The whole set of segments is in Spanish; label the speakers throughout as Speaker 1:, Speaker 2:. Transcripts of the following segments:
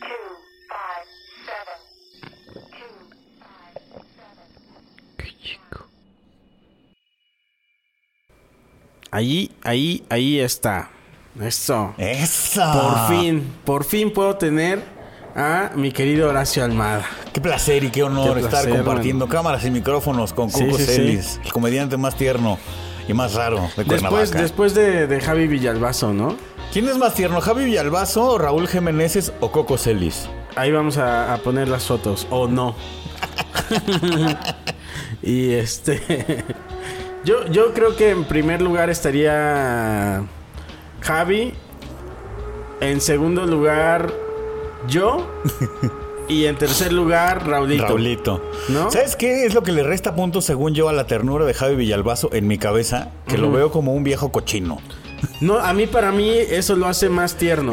Speaker 1: two, five, seven, two, five, seven.
Speaker 2: Ahí, ahí, ahí está. Eso.
Speaker 3: ¡Eso!
Speaker 2: Por fin, por fin puedo tener a mi querido Horacio Almada.
Speaker 3: Qué placer y qué honor
Speaker 2: Qué
Speaker 3: estar
Speaker 2: placer,
Speaker 3: compartiendo cámaras y micrófonos con
Speaker 2: Sí,
Speaker 3: Cuco
Speaker 2: sí, sí.
Speaker 3: Celis, el comediante más tierno y más raro de Cuernavaca.
Speaker 2: Después, después de, de Javi Villalbazo, ¿no?
Speaker 3: ¿Quién es más tierno, Javi Villalbazo, Raúl Jiménez o Coco Celis?
Speaker 2: Ahí vamos a, a poner las fotos, o no. y este. yo, yo creo que en primer lugar estaría Javi. En segundo lugar, yo. Y en tercer lugar, Raulito.
Speaker 3: Raulito.
Speaker 2: ¿No?
Speaker 3: ¿Sabes qué es lo que le resta puntos, según yo, a la ternura de Javi Villalbazo en mi cabeza? Que lo veo como un viejo cochino.
Speaker 2: No, a mí para mí eso lo hace más tierno.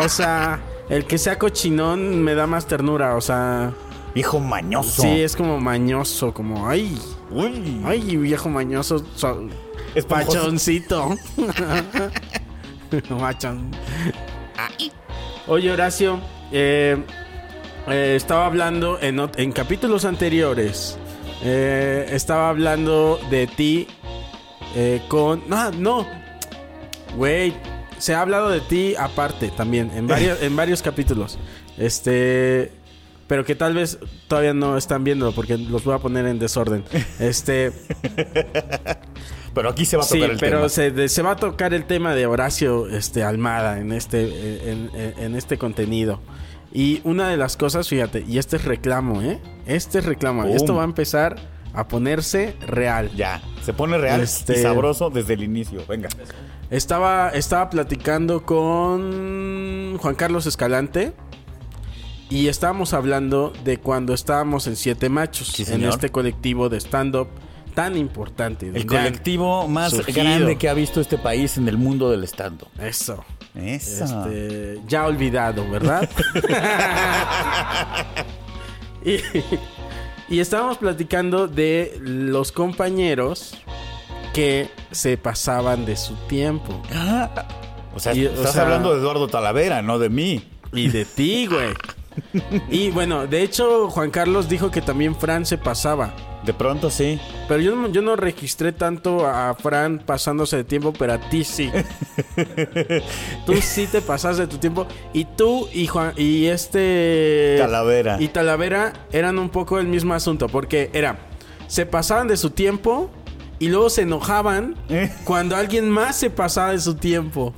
Speaker 2: o sea, el que sea cochinón me da más ternura. O sea,
Speaker 3: Viejo mañoso.
Speaker 2: sí, es como mañoso, como, ay,
Speaker 3: Uy.
Speaker 2: ay, viejo mañoso. so-
Speaker 3: Esponjoso.
Speaker 2: pachoncito. Machón. Oye, Horacio, eh, eh, estaba hablando en, ot- en capítulos anteriores. eh, estaba hablando de ti eh, con. No, no. Güey, se ha hablado de ti aparte también, en varios, en varios capítulos. Este. Pero que tal vez todavía no están viendo porque los voy a poner en desorden. Este.
Speaker 3: Pero aquí se va a
Speaker 2: Sí,
Speaker 3: tocar el
Speaker 2: pero
Speaker 3: tema.
Speaker 2: Se, de- se va a tocar el tema de Horacio este, Almada en este, eh, en, en- en este contenido. Y una de las cosas, fíjate, y este es reclamo, ¿eh? Este es reclamo.
Speaker 3: Boom.
Speaker 2: Esto va a empezar a ponerse real.
Speaker 3: Ya, se pone real
Speaker 2: Este-
Speaker 3: y sabroso desde el inicio. Venga.
Speaker 2: Estaba, estaba platicando con Juan Carlos Escalante y estábamos hablando de cuando estábamos en Siete Machos,
Speaker 3: Sí,
Speaker 2: en
Speaker 3: señor.
Speaker 2: este colectivo de stand-up tan importante.
Speaker 3: El
Speaker 2: donde han
Speaker 3: colectivo más
Speaker 2: surgido.
Speaker 3: grande que ha visto este país en el mundo del estando.
Speaker 2: Eso.
Speaker 3: Eso.
Speaker 2: Este, ya olvidado, ¿verdad? y, y estábamos platicando de los compañeros que se pasaban de su tiempo.
Speaker 3: O sea,
Speaker 2: y, o
Speaker 3: estás
Speaker 2: sea-
Speaker 3: hablando de Eduardo Talavera, no de mí.
Speaker 2: Y de ti, güey. Y bueno, de hecho, Juan Carlos dijo que también Fran se pasaba.
Speaker 3: De pronto sí.
Speaker 2: Pero yo no, yo no registré tanto a Fran pasándose de tiempo, pero a ti sí. tú sí te pasaste de tu tiempo. Y tú y Juan y este.
Speaker 3: Talavera.
Speaker 2: Y Talavera eran un poco el mismo asunto. Porque era. Se pasaban de su tiempo y luego se enojaban cuando alguien más se pasaba de su tiempo.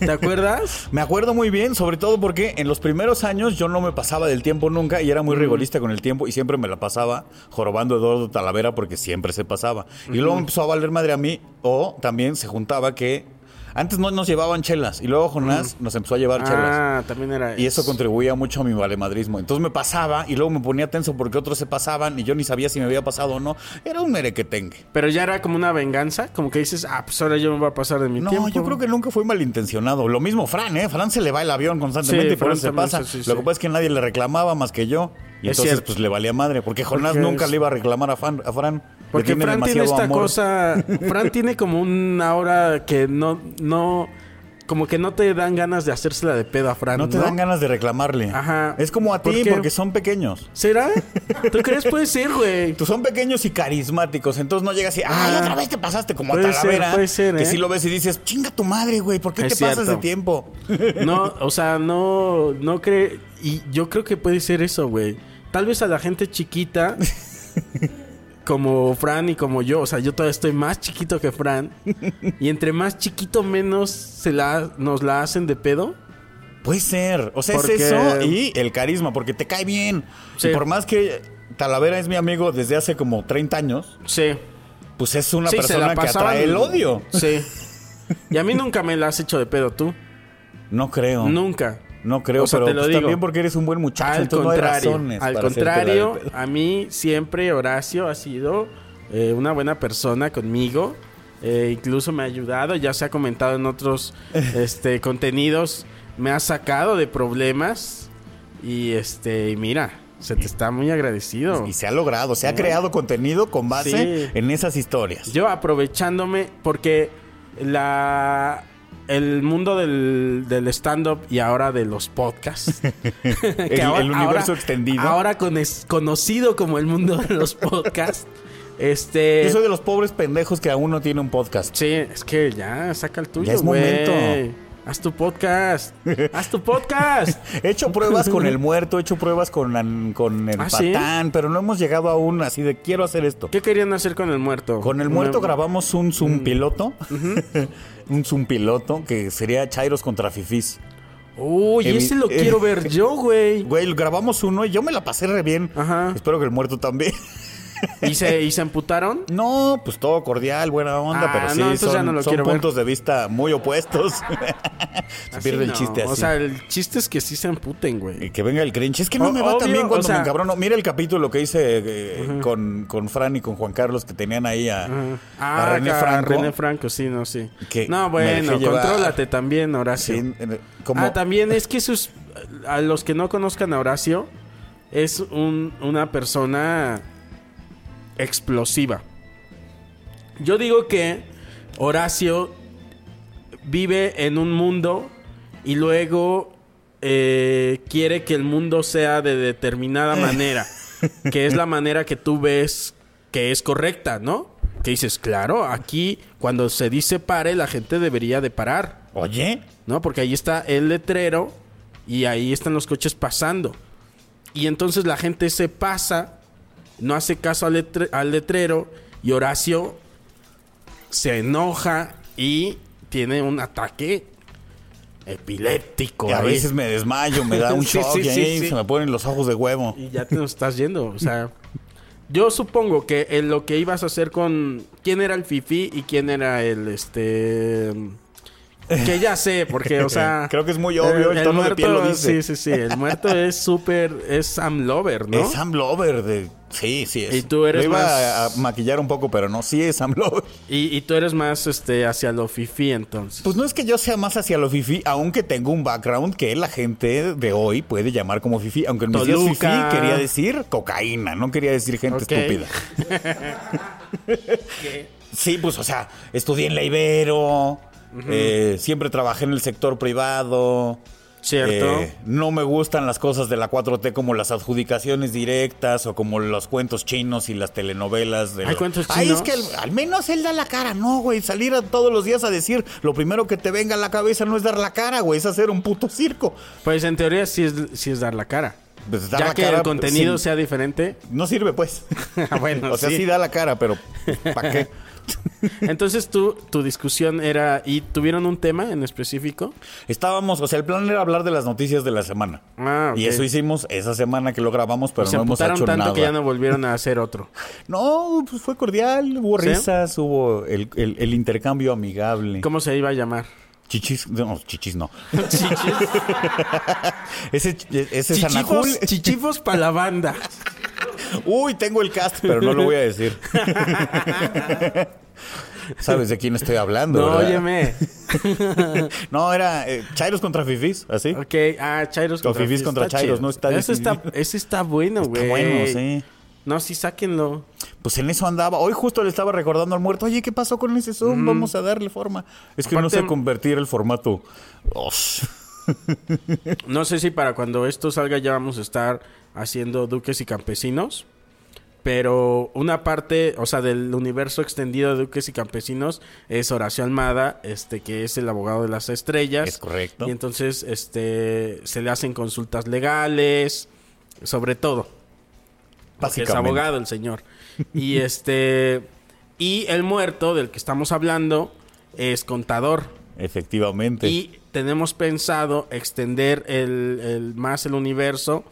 Speaker 2: ¿Te acuerdas?
Speaker 3: Me acuerdo muy bien, sobre todo porque en los primeros años yo no me pasaba del tiempo nunca y
Speaker 2: Mm.
Speaker 3: era muy rigorista con el tiempo y siempre me la pasaba jorobando a Eduardo Talavera porque siempre se pasaba. Y luego me empezó a valer madre a mí o también se juntaba que antes no nos llevaban chelas y luego Jonás nos empezó a llevar chelas.
Speaker 2: Mm. Ah, también era.
Speaker 3: Y eso contribuía mucho a mi valemadrismo. Entonces me pasaba y luego me ponía tenso porque otros se pasaban y yo ni sabía si me había pasado o no. Era un merequetengue.
Speaker 2: Pero ya era como una venganza, como que dices, ah, pues ahora yo me voy a pasar de mi
Speaker 3: No,
Speaker 2: tiempo.
Speaker 3: yo creo que nunca fue malintencionado. Lo mismo Fran, ¿eh? Fran se le va el avión constantemente
Speaker 2: Sí,
Speaker 3: y por
Speaker 2: Fran
Speaker 3: eso se
Speaker 2: también,
Speaker 3: pasa.
Speaker 2: sí, sí,
Speaker 3: Lo
Speaker 2: sí.
Speaker 3: que pasa es que nadie le reclamaba más que yo. Y
Speaker 2: Es
Speaker 3: entonces
Speaker 2: cierto.
Speaker 3: pues le valía madre. Porque Jonás
Speaker 2: Porque
Speaker 3: nunca
Speaker 2: es-
Speaker 3: le iba a reclamar a, Fan- a Fran. Le
Speaker 2: Porque Fran tiene
Speaker 3: demasiado
Speaker 2: esta
Speaker 3: amor.
Speaker 2: cosa. Fran tiene como una aura que no, no. como que no te dan ganas de hacérsela de pedo a Fran.
Speaker 3: No te dan ganas de reclamarle.
Speaker 2: Ajá.
Speaker 3: Es como a
Speaker 2: ¿Por
Speaker 3: ti
Speaker 2: qué?
Speaker 3: porque son pequeños.
Speaker 2: ¿Será? ¿Tú crees? Puede ser, güey.
Speaker 3: Tú son pequeños y carismáticos, entonces no llegas y, ay,
Speaker 2: Ah.
Speaker 3: otra vez te pasaste como
Speaker 2: Puede
Speaker 3: a Talavera.
Speaker 2: ser, puede ser,
Speaker 3: Que
Speaker 2: ¿eh?
Speaker 3: si lo ves y dices, chinga tu madre, güey, ¿por qué
Speaker 2: Es
Speaker 3: te pasas
Speaker 2: cierto.
Speaker 3: de tiempo?
Speaker 2: No, o sea, no, no cree. Y yo creo que puede ser eso, güey. Tal vez a la gente chiquita, como Fran y como yo, o sea, yo todavía estoy más chiquito que Fran. Y entre más chiquito, menos se la, nos la hacen de pedo.
Speaker 3: Puede ser. O sea,
Speaker 2: Porque-
Speaker 3: es eso y el carisma, porque te cae bien.
Speaker 2: Sí.
Speaker 3: Y por más que Talavera es mi amigo desde hace como 30 años,
Speaker 2: Sí.
Speaker 3: pues es una
Speaker 2: Sí, se la
Speaker 3: persona que
Speaker 2: pasaban-
Speaker 3: atrae el odio.
Speaker 2: Sí. Y a mí nunca me la has hecho de pedo tú.
Speaker 3: No creo.
Speaker 2: Nunca.
Speaker 3: No creo,
Speaker 2: O sea,
Speaker 3: pero
Speaker 2: te lo
Speaker 3: pues,
Speaker 2: digo.
Speaker 3: también porque eres un buen muchacho.
Speaker 2: Al
Speaker 3: entonces no hay
Speaker 2: contrario,
Speaker 3: razones
Speaker 2: al
Speaker 3: para hacerte la
Speaker 2: contrario,
Speaker 3: del pedo.
Speaker 2: a mí siempre Horacio ha sido eh, una buena persona conmigo. eh, incluso me ha ayudado, ya se ha comentado en otros este, contenidos, me ha sacado de problemas y este, y mira, se te está muy agradecido.
Speaker 3: Y se ha logrado, se ha creado contenido con base
Speaker 2: Sí.
Speaker 3: en esas historias.
Speaker 2: Yo aprovechándome porque la el mundo del, del stand-up y ahora de los podcasts. Que
Speaker 3: El- el universo extendido.
Speaker 2: Ahora con es- conocido como el mundo de los podcasts. este.
Speaker 3: Yo soy de los pobres pendejos que aún no tiene un podcast.
Speaker 2: Sí, es que ya, saca el tuyo.
Speaker 3: Ya es
Speaker 2: güey.
Speaker 3: momento.
Speaker 2: Haz tu podcast. Haz tu podcast.
Speaker 3: He hecho pruebas con el muerto, he hecho pruebas con, an- con el
Speaker 2: ¿Ah, sí?
Speaker 3: patán, pero no hemos llegado aún así de quiero hacer esto.
Speaker 2: ¿Qué Mm. querían hacer con el muerto?
Speaker 3: Con el muerto
Speaker 2: Una-
Speaker 3: grabamos un Zoom piloto. un Zoom piloto que sería Chairos contra Fifis.
Speaker 2: Uy,
Speaker 3: Emi-
Speaker 2: ese lo quiero ver yo, güey.
Speaker 3: Güey, grabamos uno y yo me la pasé re bien.
Speaker 2: Ajá.
Speaker 3: Espero que el muerto también.
Speaker 2: ¿Y se, ¿Y se amputaron?
Speaker 3: No, pues todo cordial, buena onda,
Speaker 2: Ah,
Speaker 3: pero sí,
Speaker 2: no, entonces
Speaker 3: son,
Speaker 2: ya no lo
Speaker 3: son
Speaker 2: quiero ver.
Speaker 3: puntos de vista muy opuestos. Se
Speaker 2: Así
Speaker 3: pierde el
Speaker 2: no.
Speaker 3: chiste así.
Speaker 2: O sea, el chiste es que sí se amputen, güey.
Speaker 3: Y eh, que venga el cringe. Es que no
Speaker 2: O-
Speaker 3: me va
Speaker 2: obvio,
Speaker 3: tan bien cuando
Speaker 2: o sea-
Speaker 3: me encabrono. Mira el capítulo que hice eh, con, con Fran y con Juan Carlos que tenían ahí a, a
Speaker 2: Ah,
Speaker 3: René
Speaker 2: acá,
Speaker 3: Franco.
Speaker 2: René Franco, sí, no, sí.
Speaker 3: Que
Speaker 2: no,
Speaker 3: me dejé
Speaker 2: bueno,
Speaker 3: llevar.
Speaker 2: contrólate también, Horacio.
Speaker 3: Sí, en- como-
Speaker 2: Ah, también es que sus. A los que no conozcan a Horacio, es un- una persona explosiva. Yo digo que Horacio vive en un mundo y luego eh, quiere que el mundo sea de determinada manera, que es la manera que tú ves que es correcta, ¿no? Que dices, claro, aquí cuando se dice pare, la gente debería de parar.
Speaker 3: Oye,
Speaker 2: ¿no? Porque ahí está el letrero y ahí están los coches pasando. Y entonces la gente se pasa, no hace caso al, letre- al letrero y Horacio se enoja y tiene un ataque epiléptico.
Speaker 3: que a
Speaker 2: ahí.
Speaker 3: veces me desmayo, me da un
Speaker 2: Sí,
Speaker 3: shock
Speaker 2: sí,
Speaker 3: y ahí
Speaker 2: sí, sí.
Speaker 3: se me ponen los ojos de huevo.
Speaker 2: Y ya te nos estás yendo, o sea... Yo supongo que en lo que ibas a hacer con... ¿Quién era el Fifi y quién era el, este... Que ya sé, porque, o sea...
Speaker 3: Creo que es muy obvio, el tono de piel lo dice.
Speaker 2: Sí, sí, sí. El muerto es súper... Es Sam Lover, ¿no?
Speaker 3: Es Sam Lover de... Sí, sí es.
Speaker 2: Y tú eres
Speaker 3: Lo iba a,
Speaker 2: más-
Speaker 3: a maquillar un poco, pero no, sí es Sam Lover.
Speaker 2: Y, y tú eres más, este, hacia lo Fifi, entonces.
Speaker 3: Pues no es que yo sea más hacia lo fifi, aunque tengo un background que la gente de hoy puede llamar como fifi, aunque en mis días fifi
Speaker 2: Toluca.
Speaker 3: quería decir cocaína, no quería decir gente
Speaker 2: Ok.
Speaker 3: estúpida. sí, pues o sea, estudié en la Ibero, eh, siempre trabajé en el sector privado.
Speaker 2: Cierto.
Speaker 3: eh, no me gustan las cosas de la 4T como las adjudicaciones directas o como los cuentos chinos y las telenovelas. De
Speaker 2: ¿Hay
Speaker 3: los-
Speaker 2: cuentos
Speaker 3: Ay,
Speaker 2: chinos?
Speaker 3: es que el- al menos él da la cara, no, güey. Salir a todos los días a decir lo primero que te venga a la cabeza no es dar la cara, güey, es hacer un puto circo.
Speaker 2: Pues en teoría sí es, sí es dar la cara.
Speaker 3: Pues, dar
Speaker 2: ya
Speaker 3: la
Speaker 2: que
Speaker 3: cara,
Speaker 2: el contenido
Speaker 3: sí.
Speaker 2: sea diferente.
Speaker 3: No sirve, pues.
Speaker 2: Ah, Bueno,
Speaker 3: o sea,
Speaker 2: sí.
Speaker 3: sí. da la cara, pero ¿para qué?
Speaker 2: Entonces tú, tu discusión era... ¿Y tuvieron un tema en específico?
Speaker 3: Estábamos, o sea, el plan era hablar de las noticias de la semana.
Speaker 2: Ah, ok.
Speaker 3: Y eso hicimos esa semana que lo grabamos, pero
Speaker 2: se
Speaker 3: no hemos
Speaker 2: amputaron
Speaker 3: hecho
Speaker 2: tanto
Speaker 3: nada.
Speaker 2: que ya no volvieron a hacer otro.
Speaker 3: No, pues fue cordial, hubo
Speaker 2: ¿Sí?
Speaker 3: risas, hubo el, el- el intercambio amigable.
Speaker 2: ¿Cómo se iba a llamar?
Speaker 3: Chichis, no, chichis no. ese ese Sanajul.
Speaker 2: Chichifos, chichifos para la banda.
Speaker 3: Uy, tengo el cast, pero no lo voy a decir. ¿Sabes de quién estoy hablando?
Speaker 2: No,
Speaker 3: ¿verdad?
Speaker 2: óyeme.
Speaker 3: No, era eh, Chairos contra Fifis, así.
Speaker 2: Ok, ah, Chairos
Speaker 3: O fifís
Speaker 2: fifís,
Speaker 3: contra
Speaker 2: está
Speaker 3: chairos,
Speaker 2: chido.
Speaker 3: no está
Speaker 2: Eso está,
Speaker 3: dividido.
Speaker 2: ese está bueno,
Speaker 3: Está
Speaker 2: güey.
Speaker 3: bueno, sí.
Speaker 2: No, sí, sáquenlo.
Speaker 3: Pues en eso andaba. Hoy justo le estaba recordando al muerto, oye, ¿qué pasó con ese Zoom? Vamos a darle forma. Es que
Speaker 2: Mm. Aparte-
Speaker 3: no sé convertir el formato. Os.
Speaker 2: No sé si para cuando esto salga ya vamos a estar haciendo duques y campesinos. Pero una parte, o sea, del universo extendido de Duques y Campesinos es Horacio Almada, este que es el abogado de las estrellas.
Speaker 3: Es correcto.
Speaker 2: Y entonces este se le hacen consultas legales, sobre todo. que es
Speaker 3: Básicamente.
Speaker 2: abogado el señor. Y este y el muerto del que estamos hablando es contador.
Speaker 3: Efectivamente.
Speaker 2: Y tenemos pensado extender el, el- más el universo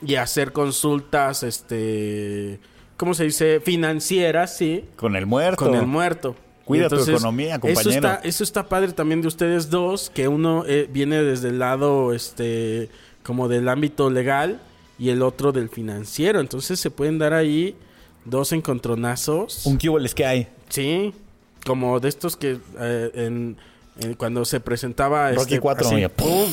Speaker 2: y hacer consultas, este, ¿cómo se dice? Financieras, sí,
Speaker 3: Con el muerto.
Speaker 2: con el muerto.
Speaker 3: Cuida
Speaker 2: Y
Speaker 3: tu economía,
Speaker 2: Eso
Speaker 3: compañero.
Speaker 2: está, eso está padre también de ustedes dos, que uno eh, viene desde el lado, este, como del ámbito legal y el otro del financiero. Entonces se pueden dar ahí dos encontronazos.
Speaker 3: Un cubo les que hay.
Speaker 2: Sí, como de estos que eh, en, en- cuando se presentaba
Speaker 3: Rocky
Speaker 2: este,
Speaker 3: cuatro,
Speaker 2: así,
Speaker 3: mira, ¡pum!
Speaker 2: ¡pum!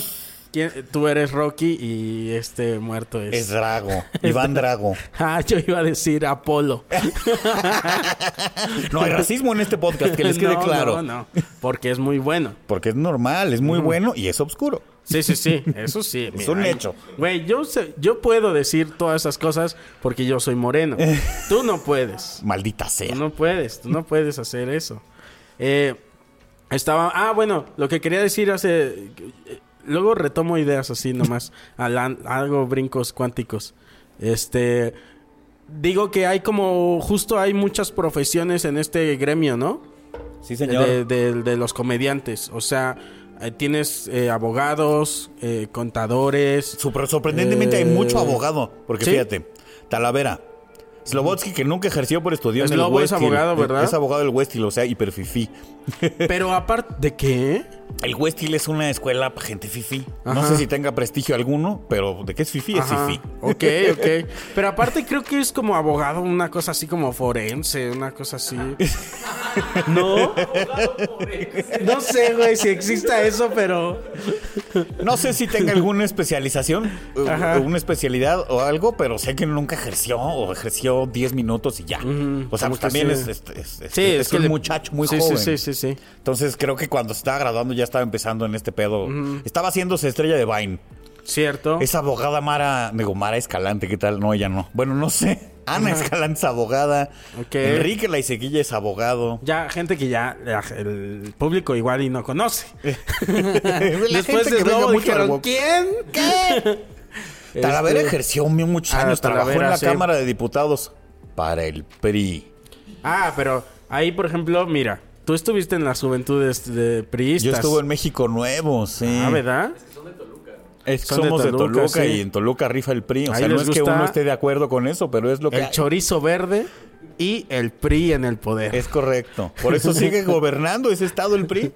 Speaker 2: ¿Quién- tú eres Rocky y este muerto es.
Speaker 3: Es Drago. Iván Drago.
Speaker 2: Ah, yo iba a decir Apolo.
Speaker 3: No hay racismo en este podcast, que les quede
Speaker 2: No, No,
Speaker 3: claro.
Speaker 2: no, porque es muy bueno.
Speaker 3: Porque es normal, es muy bueno y es obscuro.
Speaker 2: Sí, sí, sí, eso sí.
Speaker 3: Es un
Speaker 2: ahí-
Speaker 3: hecho.
Speaker 2: Güey, yo, sé- yo puedo decir todas esas cosas porque yo soy moreno. Tú no puedes.
Speaker 3: Maldita sea.
Speaker 2: Tú no puedes, tú no puedes hacer eso. Eh, estaba. Ah, bueno, lo que quería decir hace. eh, Luego retomo ideas así nomás. al- algo brincos cuánticos. Este. Digo que hay como. Justo hay muchas profesiones en este gremio, ¿no?
Speaker 3: Sí,
Speaker 2: De, de- de los comediantes. O sea, eh, tienes eh, abogados, eh, contadores.
Speaker 3: Super- sorprendentemente hay mucho
Speaker 2: eh,
Speaker 3: abogado. Porque
Speaker 2: sí.
Speaker 3: fíjate, Talavera. Slobotsky, que nunca ejerció por estudió en el
Speaker 2: Slobo es
Speaker 3: West Hill.
Speaker 2: abogado, ¿verdad?
Speaker 3: Es abogado del West Hill, o sea, hiperfifí.
Speaker 2: Pero aparte. ¿De qué?
Speaker 3: El West Hill es una escuela para gente fifí. No
Speaker 2: Ajá.
Speaker 3: sé si tenga prestigio alguno, pero de qué es fifí, es
Speaker 2: Ajá.
Speaker 3: fifí.
Speaker 2: Ok, ok. Pero aparte creo que es como abogado, una cosa así como forense, una cosa así. ¿No? No sé, güey, si exista eso, pero...
Speaker 3: No sé si tenga alguna especialización, eh,
Speaker 2: Ajá.
Speaker 3: una especialidad o algo, pero sé que nunca ejerció o ejerció 10 minutos y ya. O sea,
Speaker 2: como que
Speaker 3: pues también
Speaker 2: sí.
Speaker 3: es, es- es- es-
Speaker 2: Sí,
Speaker 3: es
Speaker 2: es que
Speaker 3: un
Speaker 2: le-
Speaker 3: muchacho muy
Speaker 2: sí, sí,
Speaker 3: joven.
Speaker 2: sí, sí, sí.
Speaker 3: Entonces creo que cuando se estaba graduando ya estaba empezando en este pedo. Estaba haciéndose estrella de Vine.
Speaker 2: Cierto.
Speaker 3: Esa abogada Mara, digo, Mara Escalante, ¿qué tal? No, ella no. Bueno, no sé. Ana Escalante es abogada.
Speaker 2: Ok.
Speaker 3: Enrique Laiseguilla es abogado.
Speaker 2: Ya, gente que ya la- el público igual y no conoce. Después
Speaker 3: gente que
Speaker 2: de
Speaker 3: venga
Speaker 2: Globo
Speaker 3: mucho a la
Speaker 2: dijeron,
Speaker 3: boca.
Speaker 2: ¿quién? ¿Qué?
Speaker 3: Talavera
Speaker 2: Este-
Speaker 3: ejerció muchos
Speaker 2: Ah,
Speaker 3: años, trabajó en la
Speaker 2: Talavera, sí.
Speaker 3: Cámara de Diputados para el PRI.
Speaker 2: Ah, pero ahí, por ejemplo, mira, tú estuviste en las juventudes de priistas.
Speaker 3: Yo estuve en México Nuevo, sí.
Speaker 2: Ah, ¿verdad?
Speaker 3: Es que
Speaker 2: Son de
Speaker 3: somos de Toluca,
Speaker 2: Toluca, sí.
Speaker 3: y en Toluca rifa el PRI. O
Speaker 2: Ahí
Speaker 3: sea, no
Speaker 2: les
Speaker 3: es que
Speaker 2: gusta
Speaker 3: uno esté de acuerdo con eso, pero es lo que
Speaker 2: El chorizo verde y el PRI en el poder.
Speaker 3: es correcto. Por eso sigue gobernando ese estado el PRI.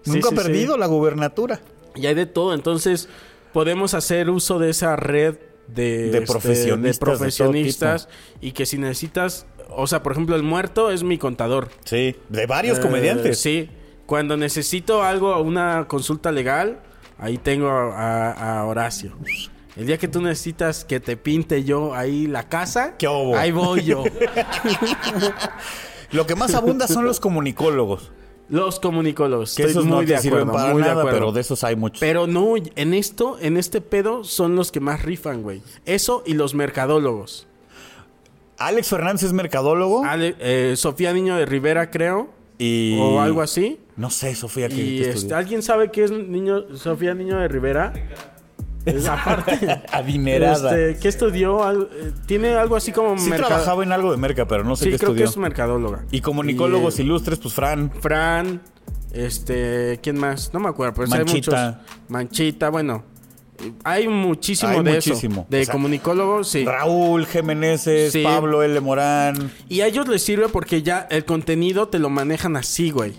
Speaker 2: Sí,
Speaker 3: Nunca
Speaker 2: sí,
Speaker 3: ha perdido
Speaker 2: sí.
Speaker 3: la gubernatura.
Speaker 2: Y hay de todo, entonces podemos hacer uso de esa red de,
Speaker 3: De
Speaker 2: este,
Speaker 3: profesionistas de todo
Speaker 2: profesionistas y que si necesitas, o sea, por ejemplo, el muerto es mi contador.
Speaker 3: Sí, de varios
Speaker 2: Eh,
Speaker 3: comediantes.
Speaker 2: Sí, cuando necesito algo, una consulta legal, ahí tengo a, a- a Horacio. El día que tú necesitas que te pinte yo ahí la casa,
Speaker 3: ¿Qué hubo?
Speaker 2: ahí voy yo.
Speaker 3: Lo que más abunda son los comunicólogos.
Speaker 2: Los comunicólogos,
Speaker 3: Que
Speaker 2: estoy
Speaker 3: esos
Speaker 2: muy
Speaker 3: no
Speaker 2: de
Speaker 3: te sirven
Speaker 2: acuerdo,
Speaker 3: para
Speaker 2: muy de
Speaker 3: nada,
Speaker 2: acuerdo.
Speaker 3: pero de esos hay muchos.
Speaker 2: Pero no, en esto, en este pedo son los que más rifan, güey. Eso y los mercadólogos.
Speaker 3: Alex Fernández es mercadólogo
Speaker 2: Ale- eh, Sofía Niño de Rivera, creo.
Speaker 3: y...
Speaker 2: O algo así.
Speaker 3: No sé, Sofía, ¿qué,
Speaker 2: Y
Speaker 3: qué
Speaker 2: este,
Speaker 3: estudió?
Speaker 2: alguien sabe qué es niño, Sofía Niño de Rivera. Es aparte.
Speaker 3: Adinerada.
Speaker 2: Este, ¿Qué estudió? Al- eh, Tiene algo así como
Speaker 3: Sí
Speaker 2: merca-
Speaker 3: trabajaba en algo de merca, pero no sé
Speaker 2: Sí,
Speaker 3: qué
Speaker 2: creo
Speaker 3: estudió.
Speaker 2: que es mercadóloga.
Speaker 3: Y comunicólogos
Speaker 2: Y, eh,
Speaker 3: ilustres, pues Fran.
Speaker 2: Fran, este, ¿quién más? No me acuerdo, pero sí hay
Speaker 3: Manchita.
Speaker 2: muchos. Manchita, bueno. eh, Hay muchísimo
Speaker 3: Hay
Speaker 2: de
Speaker 3: muchísimo.
Speaker 2: eso. De
Speaker 3: O sea,
Speaker 2: comunicólogos, sí.
Speaker 3: Raúl Jiménez,
Speaker 2: Sí.
Speaker 3: Pablo L. Morán.
Speaker 2: Y a ellos les sirve porque ya el contenido te lo manejan así, güey.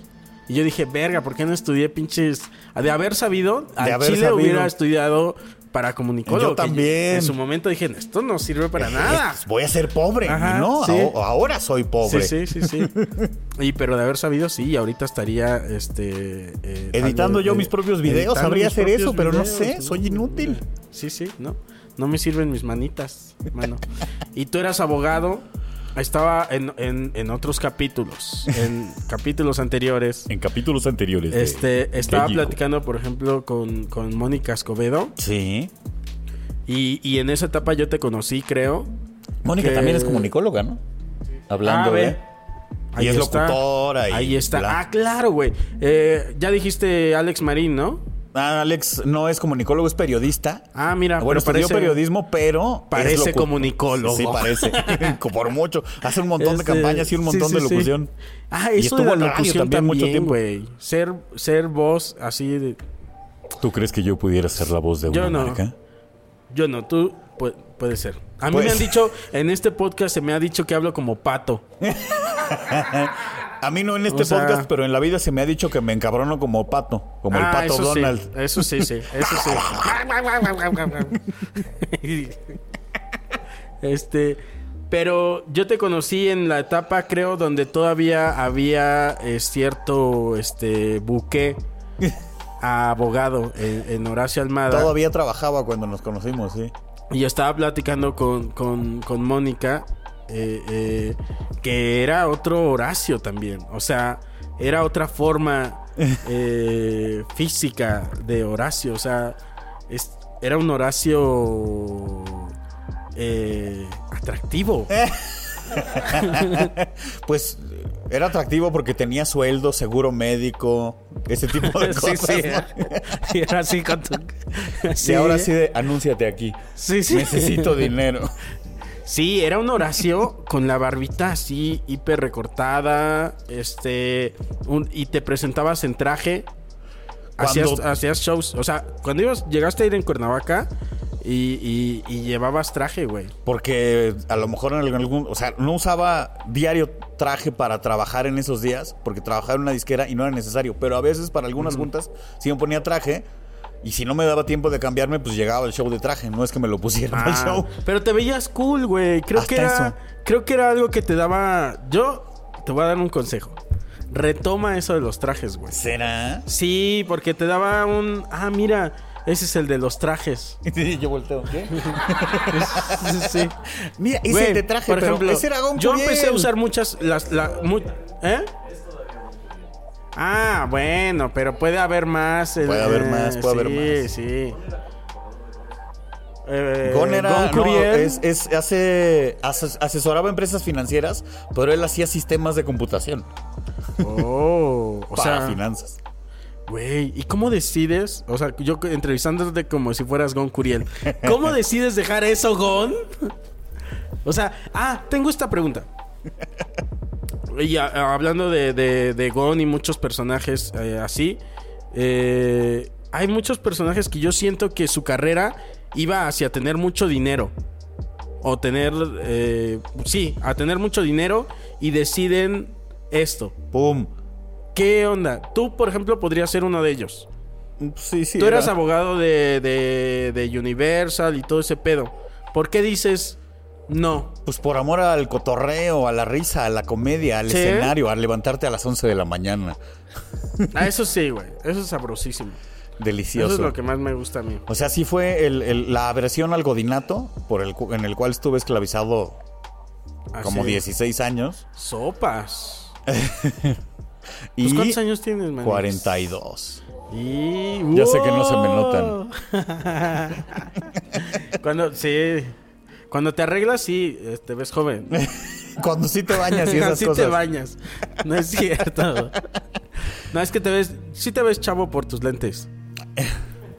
Speaker 2: Y yo dije, verga, ¿por qué no estudié pinches? De haber sabido, al
Speaker 3: De haber
Speaker 2: Chile
Speaker 3: sabido.
Speaker 2: hubiera estudiado para comunicólogo.
Speaker 3: Yo
Speaker 2: que
Speaker 3: también.
Speaker 2: En su momento dije, esto no sirve para nada.
Speaker 3: Pues Voy a ser pobre,
Speaker 2: Ah. Ajá,
Speaker 3: ¿no?
Speaker 2: sí.
Speaker 3: Aho- Ahora soy pobre.
Speaker 2: Sí, sí, sí, sí. y pero de haber sabido, sí, y ahorita estaría este eh,
Speaker 3: Editando
Speaker 2: tal vez,
Speaker 3: yo
Speaker 2: eh,
Speaker 3: mis propios videos,
Speaker 2: editando
Speaker 3: sabría
Speaker 2: mis
Speaker 3: hacer
Speaker 2: propios
Speaker 3: eso, pero no
Speaker 2: videos,
Speaker 3: sé, soy inútil.
Speaker 2: Sí, sí, no. No me sirven mis manitas, mano. y tú eras abogado estaba en, en- en otros capítulos, en capítulos anteriores.
Speaker 3: En capítulos anteriores. de-
Speaker 2: Este, estaba
Speaker 3: de Yico.
Speaker 2: platicando, por ejemplo, con, con Mónica Escobedo.
Speaker 3: Sí.
Speaker 2: Y, y en esa etapa yo te conocí, creo.
Speaker 3: Mónica
Speaker 2: Que-
Speaker 3: también es comunicóloga, ¿no? Hablando
Speaker 2: Ah, ve.
Speaker 3: de. Y es locutora y
Speaker 2: ahí está.
Speaker 3: bla.
Speaker 2: Ah, claro, güey. Eh, ya dijiste Alex Marín, ¿no?
Speaker 3: Ah, Alex no es comunicólogo, es periodista.
Speaker 2: Ah, mira,
Speaker 3: Bueno,
Speaker 2: pero
Speaker 3: estudió
Speaker 2: parece-
Speaker 3: periodismo, pero.
Speaker 2: parece
Speaker 3: es locu-
Speaker 2: comunicólogo.
Speaker 3: Sí, parece. Por mucho. Hace un montón de
Speaker 2: Este,
Speaker 3: campañas y un
Speaker 2: sí,
Speaker 3: montón
Speaker 2: sí,
Speaker 3: de
Speaker 2: sí.
Speaker 3: locución.
Speaker 2: Ah,
Speaker 3: Y
Speaker 2: eso de la
Speaker 3: en radio
Speaker 2: locución también,
Speaker 3: mucho tiempo.
Speaker 2: güey. Ser, ser voz así de...
Speaker 3: ¿Tú crees que yo pudiera ser la voz de
Speaker 2: Yo
Speaker 3: una
Speaker 2: no.
Speaker 3: marca?
Speaker 2: Yo no, tú pu- puede ser. A mí
Speaker 3: Pues.
Speaker 2: me han dicho, en este podcast se me ha dicho que hablo como pato.
Speaker 3: A mí no en este
Speaker 2: O sea-
Speaker 3: podcast, pero en la vida se me ha dicho que me encabrono como pato, como el
Speaker 2: Ah,
Speaker 3: pato
Speaker 2: eso
Speaker 3: Donald.
Speaker 2: Sí, eso sí, sí. Eso sí. este. Pero yo te conocí en la etapa, creo, donde todavía había eh, cierto este buque a abogado en, en Horacio Almada.
Speaker 3: Todavía trabajaba cuando nos conocimos, sí.
Speaker 2: Y yo estaba platicando con, con, con Mónica, eh, eh, que era otro Horacio también. O sea, era otra forma eh, física de Horacio. O sea, es- era un Horacio eh, atractivo.
Speaker 3: Eh, Pues era atractivo porque tenía sueldo, seguro médico, ese tipo de
Speaker 2: Sí,
Speaker 3: cosas.
Speaker 2: sí.
Speaker 3: ¿no?
Speaker 2: Y era así con tu- Sí.
Speaker 3: Y ahora sí de anúnciate aquí.
Speaker 2: Sí, sí.
Speaker 3: Necesito dinero.
Speaker 2: Sí, era un Horacio con la barbita así, hiper recortada. Este. un- y te presentabas en traje. Hacías,
Speaker 3: Cuando-
Speaker 2: hacías shows. O sea, cuando ibas, llegaste a ir en Cuernavaca y, y- y llevabas traje, güey.
Speaker 3: Porque a lo mejor en algún. O sea, no usaba diario traje para trabajar en esos días, porque trabajaba en una disquera y no era necesario. Pero a veces para algunas juntas sí me ponía traje. Y si no me daba tiempo de cambiarme, pues llegaba al show de traje. No es que me lo pusiera al
Speaker 2: Ah,
Speaker 3: show.
Speaker 2: Pero te veías cool, güey. Creo
Speaker 3: Hasta
Speaker 2: que era.
Speaker 3: eso.
Speaker 2: Creo que era algo que te daba. Yo te voy a dar un consejo. Retoma eso de los trajes, güey.
Speaker 3: ¿Será?
Speaker 2: Sí, porque te daba un. Ah, mira, ese es el de los trajes.
Speaker 3: yo volteo. ¿Qué?
Speaker 2: Sí, sí.
Speaker 3: Mira, ese
Speaker 2: Güey,
Speaker 3: te traje, pero ese era Gon
Speaker 2: Yo
Speaker 3: Curiel.
Speaker 2: empecé a usar muchas. Las, la- mu- ¿Eh? Ah, bueno, pero puede haber más. eh,
Speaker 3: Puede haber más, puede haber más.
Speaker 2: Sí, sí. Eh,
Speaker 3: Gon era.
Speaker 2: Gon
Speaker 3: no,
Speaker 2: Curiel.
Speaker 3: es, es- hace, ases- asesoraba empresas financieras, pero él hacía sistemas de computación
Speaker 2: Oh, o
Speaker 3: para
Speaker 2: sea,
Speaker 3: finanzas.
Speaker 2: güey, ¿y cómo decides? O sea, yo entrevistándote como si fueras Gon Curiel. ¿Cómo decides dejar eso, Gon? O sea, ah, tengo esta pregunta. Y a- a- hablando de, de- de Gon y muchos personajes eh, así, eh, hay muchos personajes que yo siento que su carrera iba hacia tener mucho dinero. O tener, eh, sí, a tener mucho dinero y deciden esto.
Speaker 3: ¡Pum!
Speaker 2: ¿Qué onda? Tú, por ejemplo, podrías ser uno de ellos.
Speaker 3: Sí, sí.
Speaker 2: Tú eras
Speaker 3: era-
Speaker 2: abogado de, de- de Universal y todo ese pedo. ¿Por qué dices no?
Speaker 3: Pues por amor al cotorreo, a la risa, a la comedia, al
Speaker 2: Sí.
Speaker 3: escenario, a levantarte a las 11 de la mañana.
Speaker 2: Ah, eso sí, güey. Eso es sabrosísimo.
Speaker 3: Delicioso.
Speaker 2: Eso es lo que más me gusta a mí.
Speaker 3: O sea, sí fue el- el- la aversión al godinato por el, cu- en el cual estuve esclavizado como
Speaker 2: Así.
Speaker 3: 16 años.
Speaker 2: Sopas.
Speaker 3: Y
Speaker 2: ¿Pues ¿Cuántos años tienes, man?
Speaker 3: 42.
Speaker 2: Y...
Speaker 3: Ya sé que no se me notan.
Speaker 2: Cuando, sí. Cuando te arreglas, sí, eh, te ves joven.
Speaker 3: Cuando sí te bañas y esas
Speaker 2: Así
Speaker 3: cosas.
Speaker 2: te bañas. No es cierto. no, es que te ves... Sí te ves chavo por tus lentes.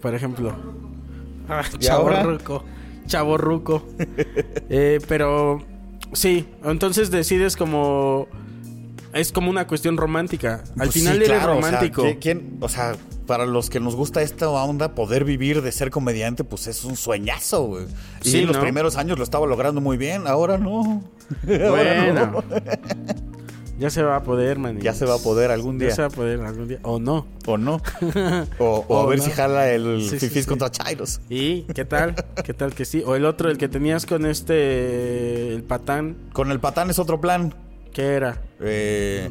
Speaker 2: Por ejemplo. Ah, chavo
Speaker 3: ahora?
Speaker 2: ruco. Chavo ruco. Eh, pero... Sí, entonces decides como... Es como una cuestión romántica. Al
Speaker 3: Pues
Speaker 2: final
Speaker 3: sí,
Speaker 2: eres
Speaker 3: claro, o sea,
Speaker 2: romántico.
Speaker 3: ¿qui- quién- o sea, para los que nos gusta esta onda, poder vivir de ser comediante, pues es un sueñazo, güey. Y
Speaker 2: Sí,
Speaker 3: en los
Speaker 2: ¿no?
Speaker 3: primeros años lo estaba logrando muy bien, ahora no. Ahora no.
Speaker 2: Bueno. Ya se va a poder, man.
Speaker 3: Ya se va a poder algún día.
Speaker 2: Ya se va a poder algún día. O no.
Speaker 3: O no. O, o a
Speaker 2: O
Speaker 3: ver
Speaker 2: no.
Speaker 3: si jala el
Speaker 2: Sí, sí,
Speaker 3: Fifis
Speaker 2: sí.
Speaker 3: contra Chairos.
Speaker 2: ¿Y qué tal? ¿Qué tal que sí? O el otro, el que tenías con este. El patán.
Speaker 3: Con el patán es otro plan.
Speaker 2: ¿Qué era?
Speaker 3: Eh,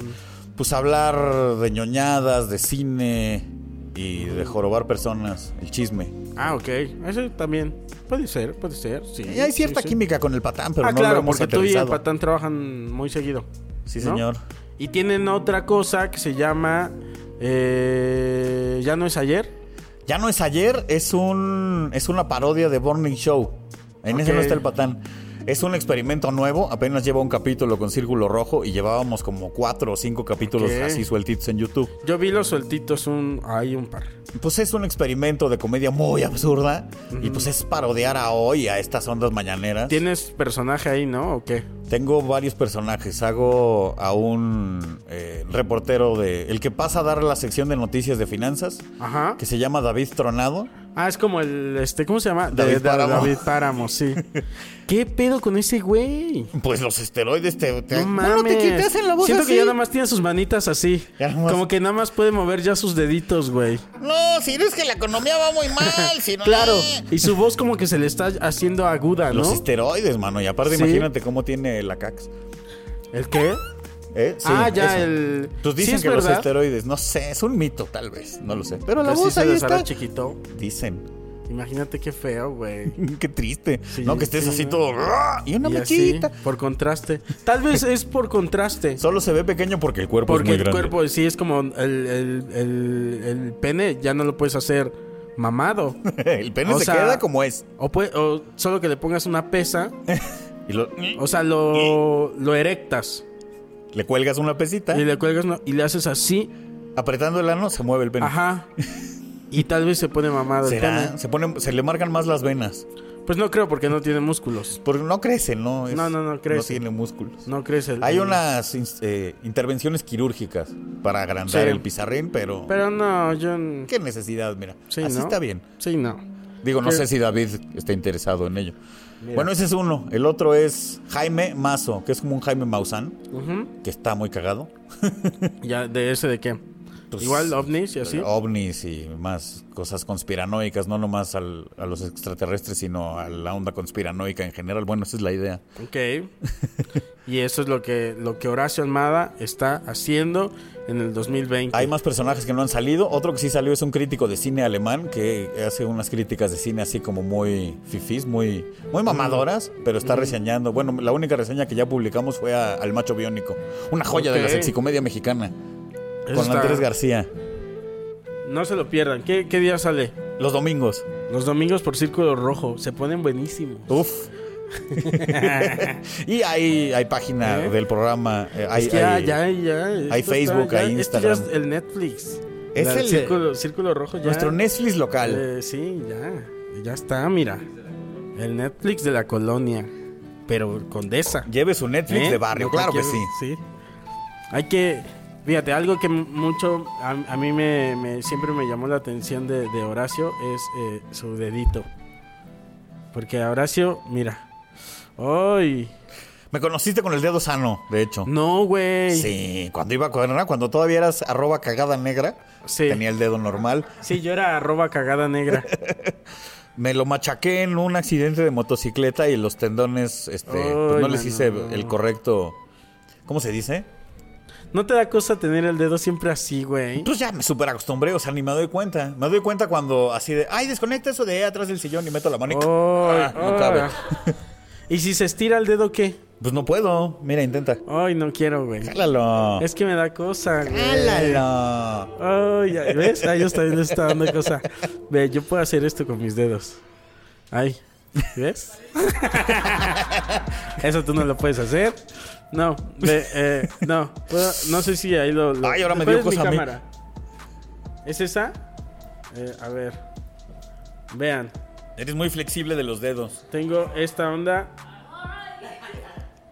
Speaker 3: pues hablar de ñoñadas, de cine, y de jorobar personas, el chisme.
Speaker 2: Ah, ok. Eso también. Puede ser, puede ser. Sí,
Speaker 3: Y Eh, hay
Speaker 2: sí,
Speaker 3: cierta
Speaker 2: sí.
Speaker 3: química con el patán, pero
Speaker 2: ah,
Speaker 3: no lo
Speaker 2: claro,
Speaker 3: hemos
Speaker 2: porque tú y el
Speaker 3: aterrizado.
Speaker 2: patán trabajan muy seguido.
Speaker 3: Sí,
Speaker 2: ¿no?
Speaker 3: señor.
Speaker 2: Y tienen otra cosa que se llama. eh, ya no es ayer.
Speaker 3: Ya no es ayer, es un es una parodia de Morning Show. En ese
Speaker 2: Ok.
Speaker 3: no está el patán. Es un experimento nuevo, apenas lleva un capítulo con círculo rojo y llevábamos como cuatro o cinco capítulos
Speaker 2: Ok.
Speaker 3: así sueltitos en YouTube.
Speaker 2: Yo vi los sueltitos, un, hay un par.
Speaker 3: Pues es un experimento de comedia muy absurda y pues es parodiar a hoy a estas ondas mañaneras.
Speaker 2: ¿Tienes personaje ahí, no? ¿O qué?
Speaker 3: Tengo varios personajes. Hago a un eh, reportero de el que pasa a dar la sección de noticias de finanzas,
Speaker 2: Ajá.
Speaker 3: que se llama David Tronado.
Speaker 2: Ah, es como el, este, ¿cómo se llama?
Speaker 3: David
Speaker 2: Da- da-
Speaker 3: Páramo.
Speaker 2: David Páramo, sí. ¿Qué pedo con ese güey?
Speaker 3: Pues los esteroides te, te-
Speaker 2: No mames.
Speaker 3: Bueno, te quitas en la voz
Speaker 2: Siento que
Speaker 3: así.
Speaker 2: ya nada más tiene sus manitas así.
Speaker 3: Ya nada más.
Speaker 2: Como que nada más puede mover ya sus deditos, güey.
Speaker 3: No, si no es que la economía va muy mal, si no- eh.
Speaker 2: Claro. Y su voz como que se le está haciendo aguda, ¿no?
Speaker 3: Los esteroides, mano. Y aparte,
Speaker 2: Sí.
Speaker 3: imagínate cómo tiene la cax.
Speaker 2: ¿El qué?
Speaker 3: ¿Eh? Sí,
Speaker 2: ah, ya,
Speaker 3: eso.
Speaker 2: el...
Speaker 3: Pues dicen
Speaker 2: Sí, es
Speaker 3: que los
Speaker 2: verdad.
Speaker 3: esteroides, no sé, es un mito, tal vez, no lo sé. Pero la
Speaker 2: Que sí
Speaker 3: voz
Speaker 2: se
Speaker 3: ahí
Speaker 2: deshará
Speaker 3: está.
Speaker 2: chiquito.
Speaker 3: Dicen.
Speaker 2: Imagínate qué feo, güey.
Speaker 3: Qué triste.
Speaker 2: Sí,
Speaker 3: no, que estés
Speaker 2: sí,
Speaker 3: así
Speaker 2: ¿no?
Speaker 3: todo. "Ruah", Y una
Speaker 2: Y así,
Speaker 3: mechita.
Speaker 2: por contraste. Tal vez es por contraste.
Speaker 3: Solo se ve pequeño porque el cuerpo
Speaker 2: Porque
Speaker 3: es muy
Speaker 2: el
Speaker 3: grande.
Speaker 2: cuerpo sí es como el, el- el- el pene, ya no lo puedes hacer mamado.
Speaker 3: el pene
Speaker 2: O
Speaker 3: se
Speaker 2: sea-
Speaker 3: queda como es.
Speaker 2: O, pue- o solo que le pongas una pesa,
Speaker 3: Y lo-
Speaker 2: o sea, lo, lo erectas
Speaker 3: le cuelgas una pesita.
Speaker 2: y le cuelgas una- y le haces así,
Speaker 3: Apretando el ano se mueve el pene.
Speaker 2: ajá. Y tal vez se pone mamado el
Speaker 3: ¿Será?
Speaker 2: pene.
Speaker 3: Se, pone, se le marcan más las venas.
Speaker 2: Pues no creo porque no tiene músculos.
Speaker 3: Porque no crece, ¿no?
Speaker 2: No, no, no crece.
Speaker 3: No tiene músculos.
Speaker 2: No crece el
Speaker 3: Hay
Speaker 2: el-
Speaker 3: unas ins- eh, intervenciones quirúrgicas para agrandar
Speaker 2: Sí.
Speaker 3: el pizarrín, pero,
Speaker 2: Pero no, yo n-
Speaker 3: qué necesidad, mira.
Speaker 2: sí,
Speaker 3: Así
Speaker 2: ¿no?
Speaker 3: está bien.
Speaker 2: Sí, no.
Speaker 3: Digo, no
Speaker 2: Que-
Speaker 3: sé si David está interesado en ello. Bueno, ese es uno. El otro es Jaime Mazo, que es como un Jaime Maussan, que está muy cagado.
Speaker 2: Ya de ese de qué?
Speaker 3: Pues,
Speaker 2: Igual ovnis y así.
Speaker 3: ovnis y más cosas conspiranoicas, no nomás al- a los extraterrestres, sino a la onda conspiranoica en general. Bueno, esa es la idea.
Speaker 2: Ok. y eso es lo que, lo que Horacio Almada está haciendo en el 2020.
Speaker 3: Hay más personajes que no han salido. Otro que sí salió es un crítico de cine alemán que hace unas críticas de cine así como muy fifís, muy, muy mamadoras,
Speaker 2: Mm.
Speaker 3: pero está reseñando. Bueno, la única reseña que ya publicamos fue a- al Macho Biónico, una joya de la
Speaker 2: Ok.
Speaker 3: sexicomedia mexicana,
Speaker 2: Eso
Speaker 3: con
Speaker 2: está-
Speaker 3: Andrés García.
Speaker 2: No se lo pierdan. ¿Qué, qué día sale?
Speaker 3: Los domingos.
Speaker 2: Los domingos por Círculo Rojo. Se ponen buenísimos.
Speaker 3: Uf. y hay, hay página
Speaker 2: ¿Eh?
Speaker 3: del programa. eh, Hay,
Speaker 2: Es que ya,
Speaker 3: hay-
Speaker 2: ya, ya.
Speaker 3: hay
Speaker 2: esto
Speaker 3: Facebook, hay
Speaker 2: esto
Speaker 3: Instagram.
Speaker 2: ya es el Netflix.
Speaker 3: Es
Speaker 2: La-
Speaker 3: el-
Speaker 2: Círculo, Círculo Rojo ya.
Speaker 3: Nuestro Netflix local.
Speaker 2: Eh, sí, ya. Ya está, mira. El Netflix de la colonia. Pero condesa.
Speaker 3: Lleve su Netflix
Speaker 2: ¿Eh?
Speaker 3: de barrio,
Speaker 2: No
Speaker 3: claro que sí.
Speaker 2: cualquier- sí. Hay que, fíjate, algo que m- mucho a, a mí me, me- siempre me llamó la atención de, de Horacio es eh, su dedito. Porque a Horacio, mira. ¡Ay!
Speaker 3: Me conociste con el dedo sano, de hecho.
Speaker 2: No, güey.
Speaker 3: Sí, cuando iba a cuaderna, cuando todavía eras arroba cagada negra,
Speaker 2: Sí.
Speaker 3: tenía el dedo normal.
Speaker 2: Sí, yo era arroba cagada negra.
Speaker 3: Me lo machaqué en un accidente de motocicleta y los tendones, este, pues
Speaker 2: Ay,
Speaker 3: no les
Speaker 2: mano.
Speaker 3: hice el correcto. ¿Cómo se dice?
Speaker 2: ¿No te da cosa tener el dedo siempre así, güey?
Speaker 3: Pues ya me super acostumbré, o sea, ni me doy cuenta. Me doy cuenta cuando así de, ay, desconecta eso de ahí atrás del sillón y meto la mano y
Speaker 2: Ay,
Speaker 3: ah, no cabe.
Speaker 2: ay. ¿Y si se estira el dedo qué?
Speaker 3: Pues no puedo. Mira, intenta.
Speaker 2: Ay, no quiero, güey.
Speaker 3: Jálalo.
Speaker 2: Es que me da cosa, güey.
Speaker 3: Jálalo.
Speaker 2: Ay, ya, ¿ves? A ellos también les está dando cosa. Ve, yo puedo hacer esto con mis dedos. Ay, ¿ves? Eso tú no lo puedes hacer. No, ve, eh, no, puedo- no sé si ahí lo. lo-
Speaker 3: Ay, ahora me
Speaker 2: ¿Cuál
Speaker 3: dio
Speaker 2: es mi
Speaker 3: cosa a mí.
Speaker 2: cámara? ¿Es esa? Eh, a ver. Vean,
Speaker 3: Eres muy flexible de los dedos.
Speaker 2: tengo esta onda.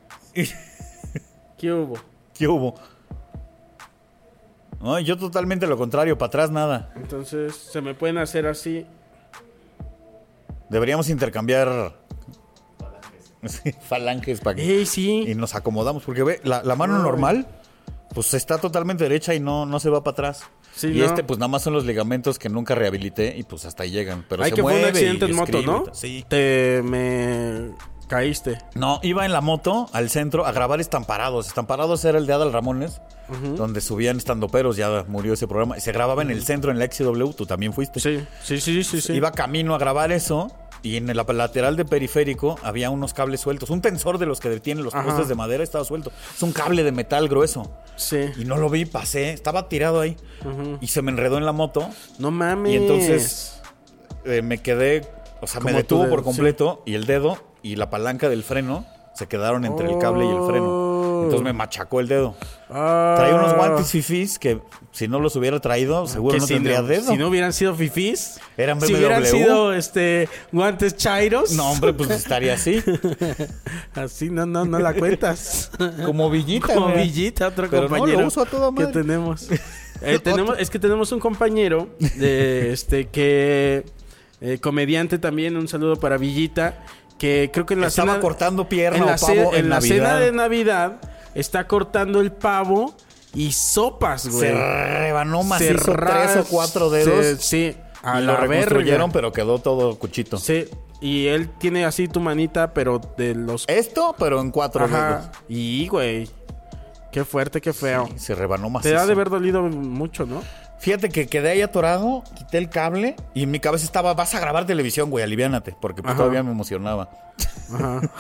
Speaker 2: ¿Qué hubo?
Speaker 3: ¿Qué hubo? Ay, yo totalmente lo contrario, para atrás nada.
Speaker 2: Entonces, se me pueden hacer así.
Speaker 3: Deberíamos intercambiar Sí, falanges para que...
Speaker 2: ¡Ey, Eh, sí!
Speaker 3: Y nos acomodamos, porque ve, la, la mano normal, pues está totalmente derecha y no, no se va para atrás.
Speaker 2: Sí,
Speaker 3: y
Speaker 2: ¿no?
Speaker 3: este, pues nada más son los ligamentos que nunca rehabilité y pues hasta ahí llegan. Pero
Speaker 2: Ay,
Speaker 3: se
Speaker 2: que fue un
Speaker 3: mueve
Speaker 2: accidente
Speaker 3: y
Speaker 2: en moto,
Speaker 3: escribe y
Speaker 2: ¿no?
Speaker 3: tal. Sí.
Speaker 2: Te me Caíste.
Speaker 3: No, iba en la moto al centro a grabar Estamparados. Estamparados era el de Adal Ramones, donde subían estandoperos, ya murió ese programa. Y se grababa en el centro, en la XW, tú también fuiste.
Speaker 2: Sí, sí, sí, sí. sí.
Speaker 3: Iba camino a grabar eso y en la lateral de periférico había unos cables sueltos. Un tensor de los que detienen los
Speaker 2: Ajá.
Speaker 3: postes de madera estaba suelto. Es un cable de metal grueso.
Speaker 2: Sí.
Speaker 3: Y no lo vi, pasé, estaba tirado ahí. Y se me enredó en la moto.
Speaker 2: No mames.
Speaker 3: Y entonces eh, me quedé, o sea, me
Speaker 2: Como tu
Speaker 3: detuvo por
Speaker 2: dedo,
Speaker 3: completo y el dedo y la palanca del freno se quedaron entre el cable y el freno. Entonces me machacó el dedo.
Speaker 2: Oh. Ah.
Speaker 3: Traía unos guantes fifís que si no los hubiera traído, seguro
Speaker 2: Que
Speaker 3: no
Speaker 2: si
Speaker 3: tendría
Speaker 2: no-
Speaker 3: dedo.
Speaker 2: Si no hubieran sido fifís,
Speaker 3: Eran
Speaker 2: si
Speaker 3: BMW.
Speaker 2: hubieran sido este guantes chairos.
Speaker 3: No, hombre, pues estaría así.
Speaker 2: Así no, no, no la cuentas.
Speaker 3: Como villita.
Speaker 2: Como
Speaker 3: mira.
Speaker 2: Villita, otro
Speaker 3: Pero no,
Speaker 2: compañero
Speaker 3: lo uso a toda madre.
Speaker 2: que tenemos. Eh, tenemos- Es que tenemos un compañero de este que eh, comediante también, un saludo para Villita, que creo que en la
Speaker 3: Estaba
Speaker 2: cena-
Speaker 3: cortando pierna
Speaker 2: en
Speaker 3: o
Speaker 2: la,
Speaker 3: pavo
Speaker 2: ce-
Speaker 3: en
Speaker 2: en la
Speaker 3: Navidad.
Speaker 2: cena de Navidad está cortando el pavo y sopas, güey.
Speaker 3: Se rebanó
Speaker 2: Se
Speaker 3: macizo tres
Speaker 2: ras-
Speaker 3: o cuatro
Speaker 2: se-
Speaker 3: dedos.
Speaker 2: sí, a
Speaker 3: y
Speaker 2: la
Speaker 3: lo reconstruyeron,
Speaker 2: verga.
Speaker 3: pero quedó todo cuchito.
Speaker 2: Sí, y él tiene así tu manita, pero de los...
Speaker 3: Esto, pero en cuatro
Speaker 2: Ajá. Y, güey. Qué fuerte, qué feo.
Speaker 3: dedos. Se rebanó
Speaker 2: Te
Speaker 3: macizo.
Speaker 2: da de haber dolido mucho, ¿no?
Speaker 3: Fíjate que quedé ahí atorado, quité el cable y en mi cabeza estaba, vas a grabar televisión, güey, aliviánate, porque pues,
Speaker 2: Ajá.
Speaker 3: todavía me emocionaba.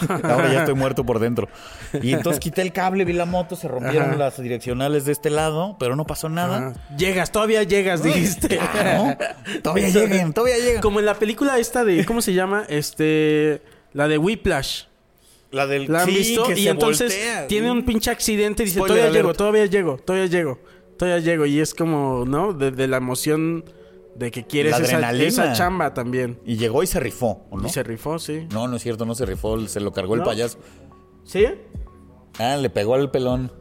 Speaker 3: Ahora ya estoy muerto por dentro. Y entonces quité el cable, vi la moto, se rompieron
Speaker 2: Ajá.
Speaker 3: las direccionales de este lado, pero no pasó nada.
Speaker 2: Llegas, todavía llegas, dijiste.
Speaker 3: Ah. Claro, todavía lleguen, todavía lleguen.
Speaker 2: Como en la película esta de, ¿cómo se llama? Este, la de Whiplash.
Speaker 3: La del
Speaker 2: La han
Speaker 3: sí,
Speaker 2: visto
Speaker 3: que
Speaker 2: y
Speaker 3: se
Speaker 2: entonces
Speaker 3: voltea.
Speaker 2: tiene un pinche accidente y dice,
Speaker 3: Spoiler
Speaker 2: todavía
Speaker 3: alert.
Speaker 2: llego, todavía llego, todavía llego, todavía llego. Y es como, ¿no? De, de la emoción de que quieres
Speaker 3: La
Speaker 2: esa,
Speaker 3: adrenalina.
Speaker 2: esa chamba también.
Speaker 3: Y llegó y se rifó, ¿o ¿no?
Speaker 2: Y se rifó, sí.
Speaker 3: No, no es cierto, no se rifó, se lo cargó
Speaker 2: ¿No?
Speaker 3: el payaso.
Speaker 2: ¿Sí?
Speaker 3: Ah, le pegó al pelón.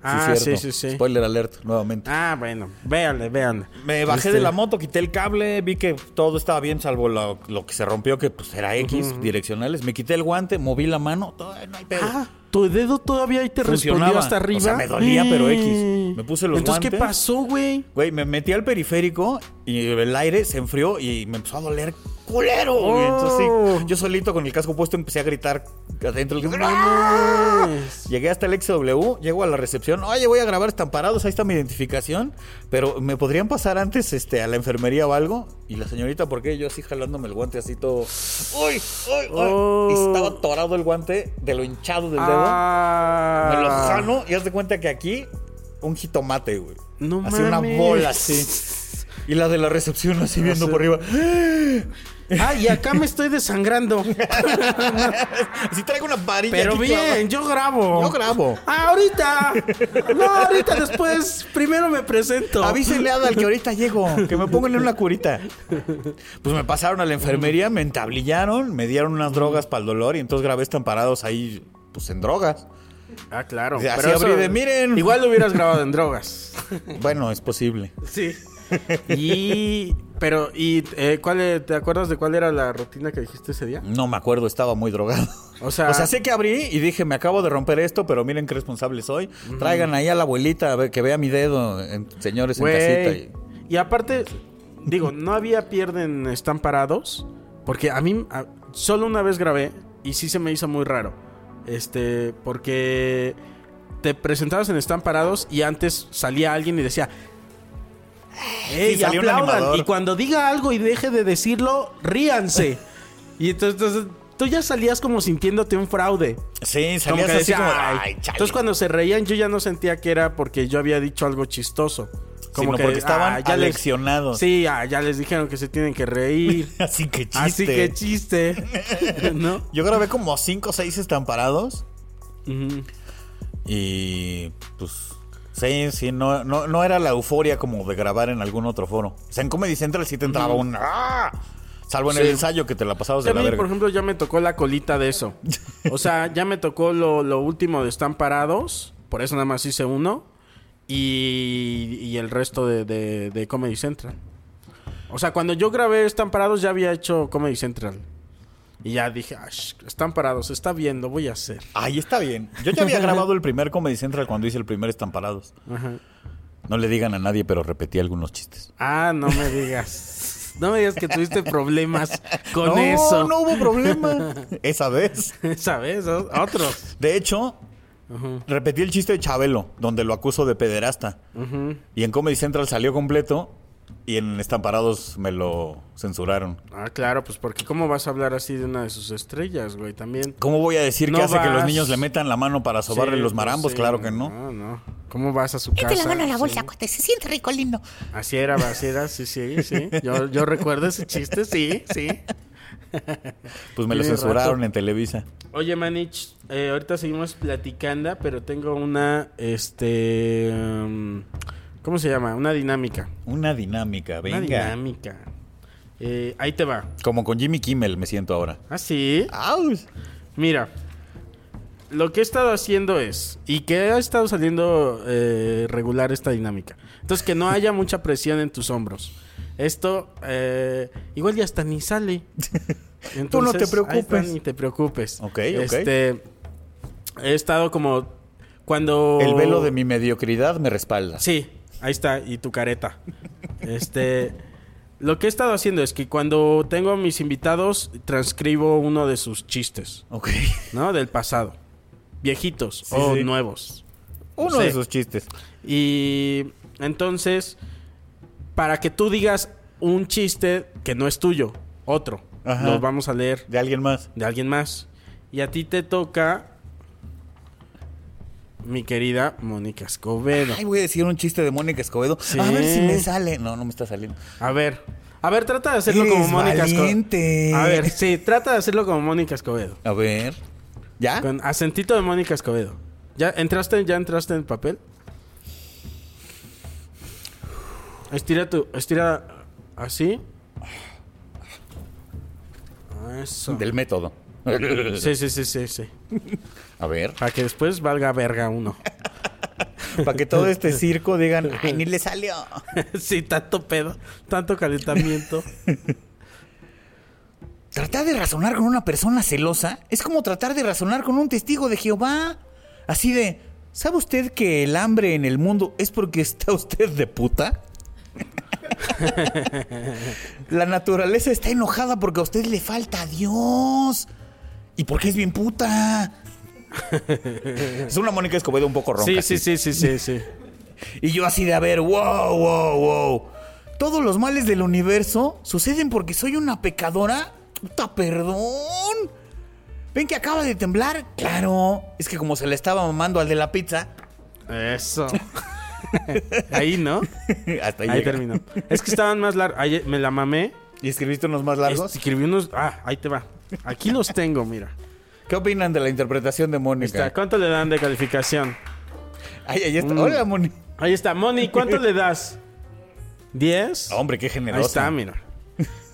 Speaker 2: Ah, sí,
Speaker 3: cierto.
Speaker 2: sí, sí.
Speaker 3: Spoiler alert, nuevamente.
Speaker 2: Ah, bueno, véanle, véanle.
Speaker 3: Ah, Me bajé
Speaker 2: Este-
Speaker 3: de la moto, quité el cable, vi que todo estaba bien, salvo lo, lo que se rompió, que pues era X, direccionales. Me quité el guante, moví la mano, todo, no hay pedo.
Speaker 2: Ah, tu dedo todavía ahí te respondió
Speaker 3: Funcionaba.
Speaker 2: hasta arriba.
Speaker 3: O sea, me dolía, pero X.
Speaker 2: Eh.
Speaker 3: Me puse los
Speaker 2: Entonces, ¿qué
Speaker 3: guantes.
Speaker 2: pasó, güey?
Speaker 3: Güey, me metí al periférico y el aire se enfrió y me empezó a doler culero. güey. Entonces, sí, yo solito con el casco puesto empecé a gritar adentro. ¡Ah! Llegué hasta el XW, llego a la recepción. Oye, voy a grabar estamparados, ahí está mi identificación. Pero me podrían pasar antes este, a la enfermería o algo. Y la señorita, ¿por qué? Yo así jalándome el guante, así todo. ¡Uy! ¡Uy! ¡Uy!
Speaker 2: Oh.
Speaker 3: Y estaba atorado el guante de lo hinchado del dedo.
Speaker 2: Ah.
Speaker 3: Me lo jalo y haz de cuenta que aquí un jitomate, güey.
Speaker 2: No
Speaker 3: así una
Speaker 2: mames.
Speaker 3: bola así. Y la de la recepción así viendo por arriba.
Speaker 2: Ah, y acá me estoy desangrando.
Speaker 3: Si traigo una varilla.
Speaker 2: Pero
Speaker 3: aquí
Speaker 2: bien, yo grabo.
Speaker 3: clavada. Yo grabo.
Speaker 2: Ah, ahorita. No, ahorita después. Primero me presento.
Speaker 3: Avísenle al que ahorita llego, que me pongan en una curita. Pues me pasaron a la enfermería, me entablillaron, me dieron unas drogas para el dolor y entonces grabé estamparados ahí, pues en drogas.
Speaker 2: Ah, claro.
Speaker 3: Así abrí de, "Miren".
Speaker 2: Igual lo hubieras grabado en drogas.
Speaker 3: Bueno, es posible.
Speaker 2: Sí. Y. Pero, ¿y eh, cuál, eh, te acuerdas de cuál era la rutina que dijiste ese día?
Speaker 3: No me acuerdo, estaba muy drogado.
Speaker 2: O sea-
Speaker 3: o sea, sé que abrí y dije, me acabo de romper esto, pero miren qué responsable soy. Traigan ahí a la abuelita a ver, que vea mi dedo, en- señores en casita.
Speaker 2: Güey.
Speaker 3: y-
Speaker 2: Y aparte, digo, no había pierden, están parados. Porque a mí a- solo una vez grabé y sí se me hizo muy raro. Este, porque te presentabas en Están Parados y antes salía alguien y decía. ¡Ey,
Speaker 3: Sí, salía un
Speaker 2: aplaudan!
Speaker 3: animador.
Speaker 2: Y cuando diga algo y deje de decirlo, ríanse. y entonces, entonces, tú ya salías como sintiéndote un fraude.
Speaker 3: Sí,
Speaker 2: Como
Speaker 3: salías
Speaker 2: que
Speaker 3: así
Speaker 2: decía,
Speaker 3: como,
Speaker 2: "Ay".
Speaker 3: ay, chale.
Speaker 2: Entonces cuando se reían yo ya no sentía que era porque yo había dicho algo chistoso. Como
Speaker 3: Sino
Speaker 2: que "Ah,
Speaker 3: porque estaban
Speaker 2: les-
Speaker 3: aleccionados.
Speaker 2: sí, ah, ya les dijeron que se tienen que reír.
Speaker 3: Así que chiste.
Speaker 2: Así que chiste. ¿No?
Speaker 3: Yo grabé como cinco o seis estamparados y pues... Sí, sí, no, no, no era la euforia como de grabar en algún otro foro. O sea, en Comedy Central sí te entraba un... "Ah", Salvo en el
Speaker 2: Sí.
Speaker 3: ensayo que te la pasabas
Speaker 2: A
Speaker 3: de la
Speaker 2: mí,
Speaker 3: verga.
Speaker 2: por ejemplo, ya me tocó la colita de eso. O sea, ya me tocó lo, lo último de Están Parados. Por eso nada más hice uno. Y, y el resto de, de- de Comedy Central. O sea, cuando yo grabé Están Parados ya había hecho Comedy Central. Y ya dije, "Ah, sh- Están Parados, está bien, lo voy a hacer.
Speaker 3: Ahí está bien. Yo ya había grabado el primer Comedy Central cuando hice el primer Estamparados. No le digan a nadie, pero repetí algunos chistes.
Speaker 2: Ah, no me digas. No me digas que tuviste problemas con
Speaker 3: no,
Speaker 2: eso.
Speaker 3: no hubo problema. Esa vez.
Speaker 2: ¿Sabes? O- Otros.
Speaker 3: De hecho, repetí el chiste de Chabelo, donde lo acuso de pederasta. Y en Comedy Central salió completo y en Estamparados me lo censuraron.
Speaker 2: Ah, claro, pues porque ¿cómo vas a hablar así de una de sus estrellas, güey? También.
Speaker 3: ¿Cómo voy a decir
Speaker 2: No
Speaker 3: que hace que los
Speaker 2: vas.
Speaker 3: niños le metan la mano para sobarle
Speaker 2: Sí,
Speaker 3: los
Speaker 2: pues
Speaker 3: marambos?
Speaker 2: sí,
Speaker 3: claro que no.
Speaker 2: No, no. ¿Cómo vas a su casa?
Speaker 4: Mete la mano a la
Speaker 2: Sí.
Speaker 4: bolsa, cuate. Se siente rico, lindo.
Speaker 2: Así era, así era, sí, sí, sí. Yo, yo recuerdo ese chiste, sí, sí.
Speaker 3: Pues me lo
Speaker 2: Tienes
Speaker 3: censuraron
Speaker 2: razón.
Speaker 3: en Televisa.
Speaker 2: Oye, Manich, eh, ahorita seguimos platicando, pero tengo una, este, um, ¿cómo se llama? Una dinámica.
Speaker 3: Una dinámica, venga.
Speaker 2: Una dinámica. Eh, ahí te va.
Speaker 3: Como con Jimmy Kimmel me siento ahora.
Speaker 2: Ah, sí.
Speaker 3: ¡Au!
Speaker 2: Mira, lo que he estado haciendo es, y que ha estado saliendo eh, regular esta dinámica. Entonces, que no haya mucha presión en tus hombros. Esto, eh, igual ya hasta ni sale.
Speaker 3: Tú no
Speaker 2: Entonces, ahí
Speaker 3: te
Speaker 2: está,
Speaker 3: preocupes.
Speaker 2: Ni te preocupes.
Speaker 3: Ok, ok.
Speaker 2: Este, he estado como cuando...
Speaker 3: El velo de mi mediocridad me respalda.
Speaker 2: Sí, ahí está, y tu careta. Este, lo que he estado haciendo es que cuando tengo a mis invitados, transcribo uno de sus chistes.
Speaker 3: Ok.
Speaker 2: ¿no? Del pasado. Viejitos o
Speaker 3: sí.
Speaker 2: nuevos.
Speaker 3: Uno
Speaker 2: Sí.
Speaker 3: de esos chistes.
Speaker 2: Y entonces, para que tú digas un chiste que no es tuyo, otro,
Speaker 3: Ajá.
Speaker 2: lo vamos a leer
Speaker 3: De alguien más.
Speaker 2: de alguien más. Y a ti te toca, mi querida Mónica Escobedo.
Speaker 3: Ay, voy a decir un chiste de Mónica Escobedo. A ver si me sale. No, no me está saliendo.
Speaker 2: A ver, a ver, trata de hacerlo
Speaker 3: Eres
Speaker 2: como Mónica
Speaker 3: valiente.
Speaker 2: Escobedo. A ver, sí, trata de hacerlo como Mónica Escobedo.
Speaker 3: A ver. ¿Ya?
Speaker 2: Con acentito de Mónica Escobedo. ¿Ya entraste, ya entraste en el papel? Estira tu... Estira así. Ah, Eso.
Speaker 3: Del método.
Speaker 2: Sí, sí, sí, sí, sí.
Speaker 3: A ver.
Speaker 2: Para que después valga verga uno.
Speaker 3: Para que todo este circo digan, ay, ni le salió.
Speaker 2: sí, tanto pedo, tanto calentamiento.
Speaker 3: Tratar de razonar con una persona celosa es como tratar de razonar con un testigo de Jehová. Así de, ¿sabe usted que el hambre en el mundo es porque está usted de puta? La naturaleza está enojada porque a usted le falta Dios. Y porque es bien puta. Es una Mónica Escobedo un poco ronca.
Speaker 2: Sí, sí, sí, sí, sí, sí.
Speaker 3: Y yo así de, a ver, wow, wow, wow. Todos los males del universo suceden porque soy una pecadora. Puta, perdón. ¿Ven que acaba de temblar? Claro. Es que como se le estaba mamando al de la pizza.
Speaker 2: Eso. Ahí, ¿no?
Speaker 3: Hasta
Speaker 2: Ahí
Speaker 3: llega.
Speaker 2: terminó. Es que estaban más largos. Me la mamé.
Speaker 3: ¿Y escribiste unos más largos?
Speaker 2: Escribí unos... Ah, ahí te va. Aquí los tengo, mira.
Speaker 3: ¿Qué opinan de la interpretación de
Speaker 2: Está, Mm.
Speaker 3: Mónica?
Speaker 2: ¿Cuánto le dan de calificación?
Speaker 3: Ay, ahí está. Hola, Mónica.
Speaker 2: Ahí está, Moni, ¿cuánto le das? ¿10?
Speaker 3: Hombre, qué generosa.
Speaker 2: Ahí está, mira.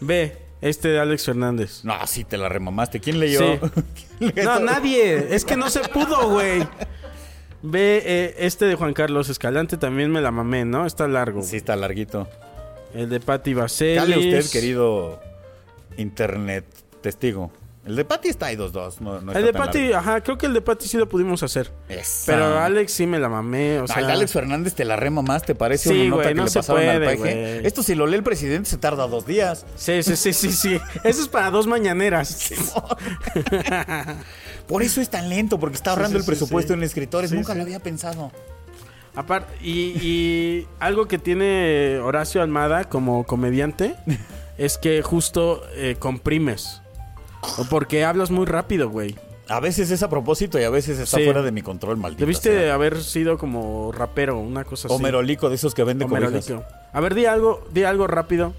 Speaker 2: Ve, este de Alex Fernández.
Speaker 3: No, sí, te la remamaste. ¿Quién leyó?
Speaker 2: Sí.
Speaker 3: ¿Quién leyó?
Speaker 2: No, nadie. Es que no se pudo, güey. Ve, eh, este de Juan Carlos Escalante también me la mamé, ¿no? Está largo.
Speaker 3: Sí, está larguito.
Speaker 2: El de Patti Baselis.
Speaker 3: Dale usted, querido internet testigo. El de Patty está ahí dos, dos. No, no está
Speaker 2: El de
Speaker 3: tan
Speaker 2: Patti,
Speaker 3: largo.
Speaker 2: ajá, creo que el de Patti sí lo pudimos hacer.
Speaker 3: Esa.
Speaker 2: Pero Alex sí me la mamé, o
Speaker 3: No,
Speaker 2: sea...
Speaker 3: el de Alex Fernández te la rema más, te parece
Speaker 2: Sí,
Speaker 3: una nota
Speaker 2: güey,
Speaker 3: que
Speaker 2: no
Speaker 3: le
Speaker 2: se
Speaker 3: pasaron al
Speaker 2: puede,
Speaker 3: peje.
Speaker 2: güey.
Speaker 3: Esto si lo lee el presidente se tarda dos días.
Speaker 2: Sí, sí, sí, sí, sí. Eso es para dos mañaneras.
Speaker 3: Por eso es tan lento, porque está ahorrando
Speaker 2: sí,
Speaker 3: el
Speaker 2: sí,
Speaker 3: presupuesto
Speaker 2: sí.
Speaker 3: en escritores.
Speaker 2: Sí,
Speaker 3: Nunca
Speaker 2: sí.
Speaker 3: lo había pensado.
Speaker 2: Aparte, y, y algo que tiene Horacio Almada como comediante es que justo eh, comprimes. O porque hablas muy rápido, güey.
Speaker 3: A veces es a propósito y a veces está
Speaker 2: Sí.
Speaker 3: fuera de mi control, maldito.
Speaker 2: Debiste
Speaker 3: sea.
Speaker 2: haber sido como rapero, una cosa así.
Speaker 3: Homerolico de esos que vende cobijas.
Speaker 2: Homerolico. A ver, di algo, di algo rápido.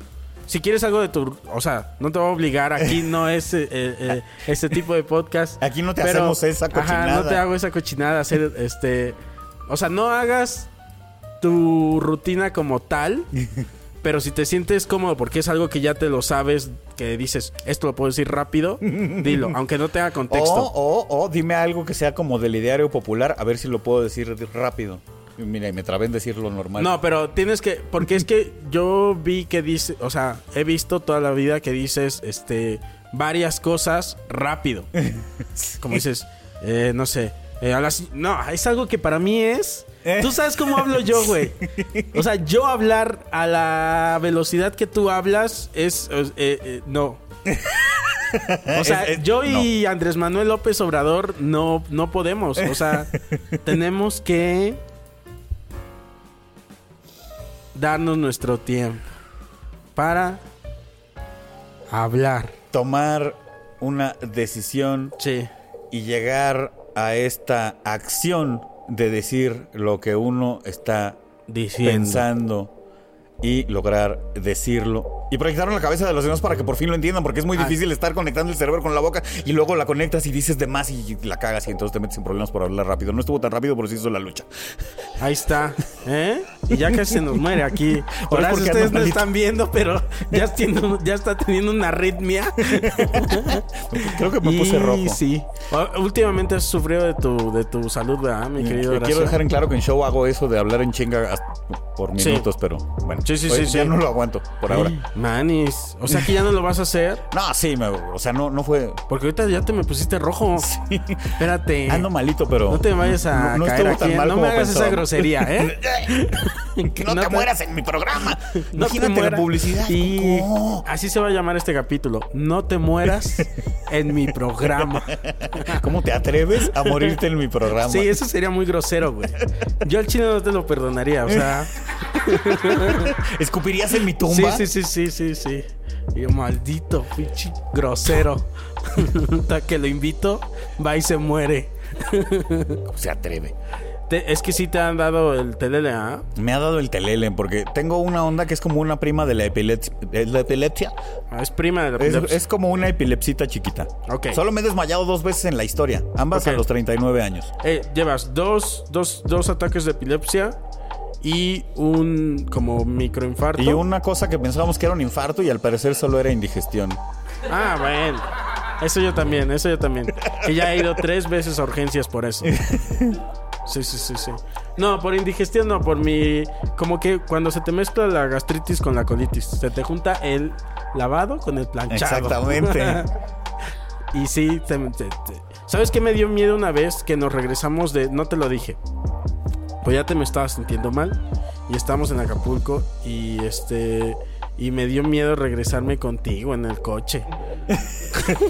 Speaker 2: Si quieres algo de tu... O sea, no te voy a obligar. Aquí no es eh, eh, ese tipo de podcast.
Speaker 3: Aquí no te hacemos esa
Speaker 2: Ajá, no
Speaker 3: cochinada.
Speaker 2: te hago esa cochinada. Hacer, este, o sea, no hagas tu rutina como tal. Pero si te sientes cómodo porque es algo que ya te lo sabes, que dices, esto lo puedo decir rápido, dilo, aunque no tenga
Speaker 3: O,
Speaker 2: contexto.
Speaker 3: o, o, dime algo que sea como del ideario popular, a ver si lo puedo decir rápido. Y Mira, y me trabé en decir lo normal.
Speaker 2: No, pero tienes que. Porque es que yo vi que dice. O sea, he visto toda la vida que dices este varias cosas rápido. Como dices, eh, no sé. eh, a las- no, es algo que para mí es...
Speaker 3: Eh.
Speaker 2: Tú sabes cómo hablo yo, güey. O sea, yo hablar a la velocidad que tú hablas es... eh, eh, no. O sea,
Speaker 3: Es- es-
Speaker 2: yo y Andrés Manuel López Obrador no, no podemos. O sea, tenemos que darnos nuestro tiempo para hablar.
Speaker 3: Tomar una decisión
Speaker 2: Sí.
Speaker 3: y llegar a esta acción de decir lo que uno está
Speaker 2: Diciendo.
Speaker 3: pensando y lograr decirlo. Y proyectaron la cabeza de los demás para que por fin lo entiendan, porque es
Speaker 2: Ah.
Speaker 3: muy difícil estar conectando el cerebro con la boca y luego la conectas y dices de más y la cagas y entonces te metes en problemas por hablar rápido. No estuvo tan rápido, pero sí hizo la lucha.
Speaker 2: Ahí está. ¿Eh? Y ya casi se nos muere aquí.
Speaker 3: Pero es
Speaker 2: Ahora
Speaker 3: porque
Speaker 2: ustedes no
Speaker 3: ando malito.
Speaker 2: están viendo, pero ya, tiene- ya está teniendo una arritmia.
Speaker 3: Creo que me
Speaker 2: Y
Speaker 3: puse rojo.
Speaker 2: Sí. O- Últimamente has sufrido de tu, de tu salud, ¿verdad, mi
Speaker 3: Y
Speaker 2: querido
Speaker 3: que- Eh, Quiero
Speaker 2: Horacio?
Speaker 3: dejar en claro que en show hago eso de hablar en chinga hasta por
Speaker 2: Sí.
Speaker 3: minutos, pero bueno,
Speaker 2: Sí, sí,
Speaker 3: hoy
Speaker 2: sí,
Speaker 3: ya
Speaker 2: sí.
Speaker 3: no lo aguanto por ahora.
Speaker 2: Manis. O sea que ya no lo vas a hacer.
Speaker 3: No, sí, me- o sea, no, no fue.
Speaker 2: Porque ahorita ya te me pusiste rojo. Espérate.
Speaker 3: Ando malito, pero.
Speaker 2: No te vayas a
Speaker 3: No- no
Speaker 2: caer
Speaker 3: estuvo
Speaker 2: aquí.
Speaker 3: tan mal
Speaker 2: no me
Speaker 3: como
Speaker 2: hagas
Speaker 3: pensaba.
Speaker 2: esa grosería, ¿eh?
Speaker 3: Que no, te, mueras en mi programa.
Speaker 2: No te
Speaker 3: Imagínate la
Speaker 2: mueras.
Speaker 3: publicidad.
Speaker 2: Y
Speaker 3: No.
Speaker 2: así se va a llamar este capítulo. No te mueras en mi programa.
Speaker 3: ¿Cómo te atreves a morirte en mi programa?
Speaker 2: Sí, eso sería muy grosero, güey. Yo al chino no te lo perdonaría, o sea.
Speaker 3: ¿Escupirías en mi
Speaker 2: Sí,
Speaker 3: tumba?
Speaker 2: sí, sí, sí, sí, sí. Y yo, maldito, pinche grosero. Hasta que lo invito, va y se muere.
Speaker 3: ¿Cómo se atreve?
Speaker 2: Te- es que sí te han dado el telele, ¿ah?
Speaker 3: Me ha dado el telele porque tengo una onda que es como una prima de la epilepsia. la epilepsia.
Speaker 2: Ah, Es prima de la
Speaker 3: Es,
Speaker 2: de-
Speaker 3: es como una epilepsita chiquita.
Speaker 2: Ok.
Speaker 3: Solo me he desmayado dos veces en la historia. Ambas a
Speaker 2: Ok.
Speaker 3: los 39 años.
Speaker 2: Eh, llevas dos, dos, dos ataques de epilepsia y un como microinfarto.
Speaker 3: Y una cosa que pensábamos que era un infarto y al parecer solo era indigestión.
Speaker 2: Ah, bueno. Eso yo también, eso yo también. Que ya he ido tres veces a urgencias por eso. Sí, sí, sí, sí. No, por indigestión no, por mi... Como que cuando se te mezcla la gastritis con la colitis, se te junta el lavado con el planchado.
Speaker 3: Exactamente.
Speaker 2: Y sí, te- te- te- ¿sabes qué me dio miedo una vez que nos regresamos de... No te lo dije. Pues ya te me estaba sintiendo mal y estábamos en Acapulco y este... Y me dio miedo regresarme contigo en el coche.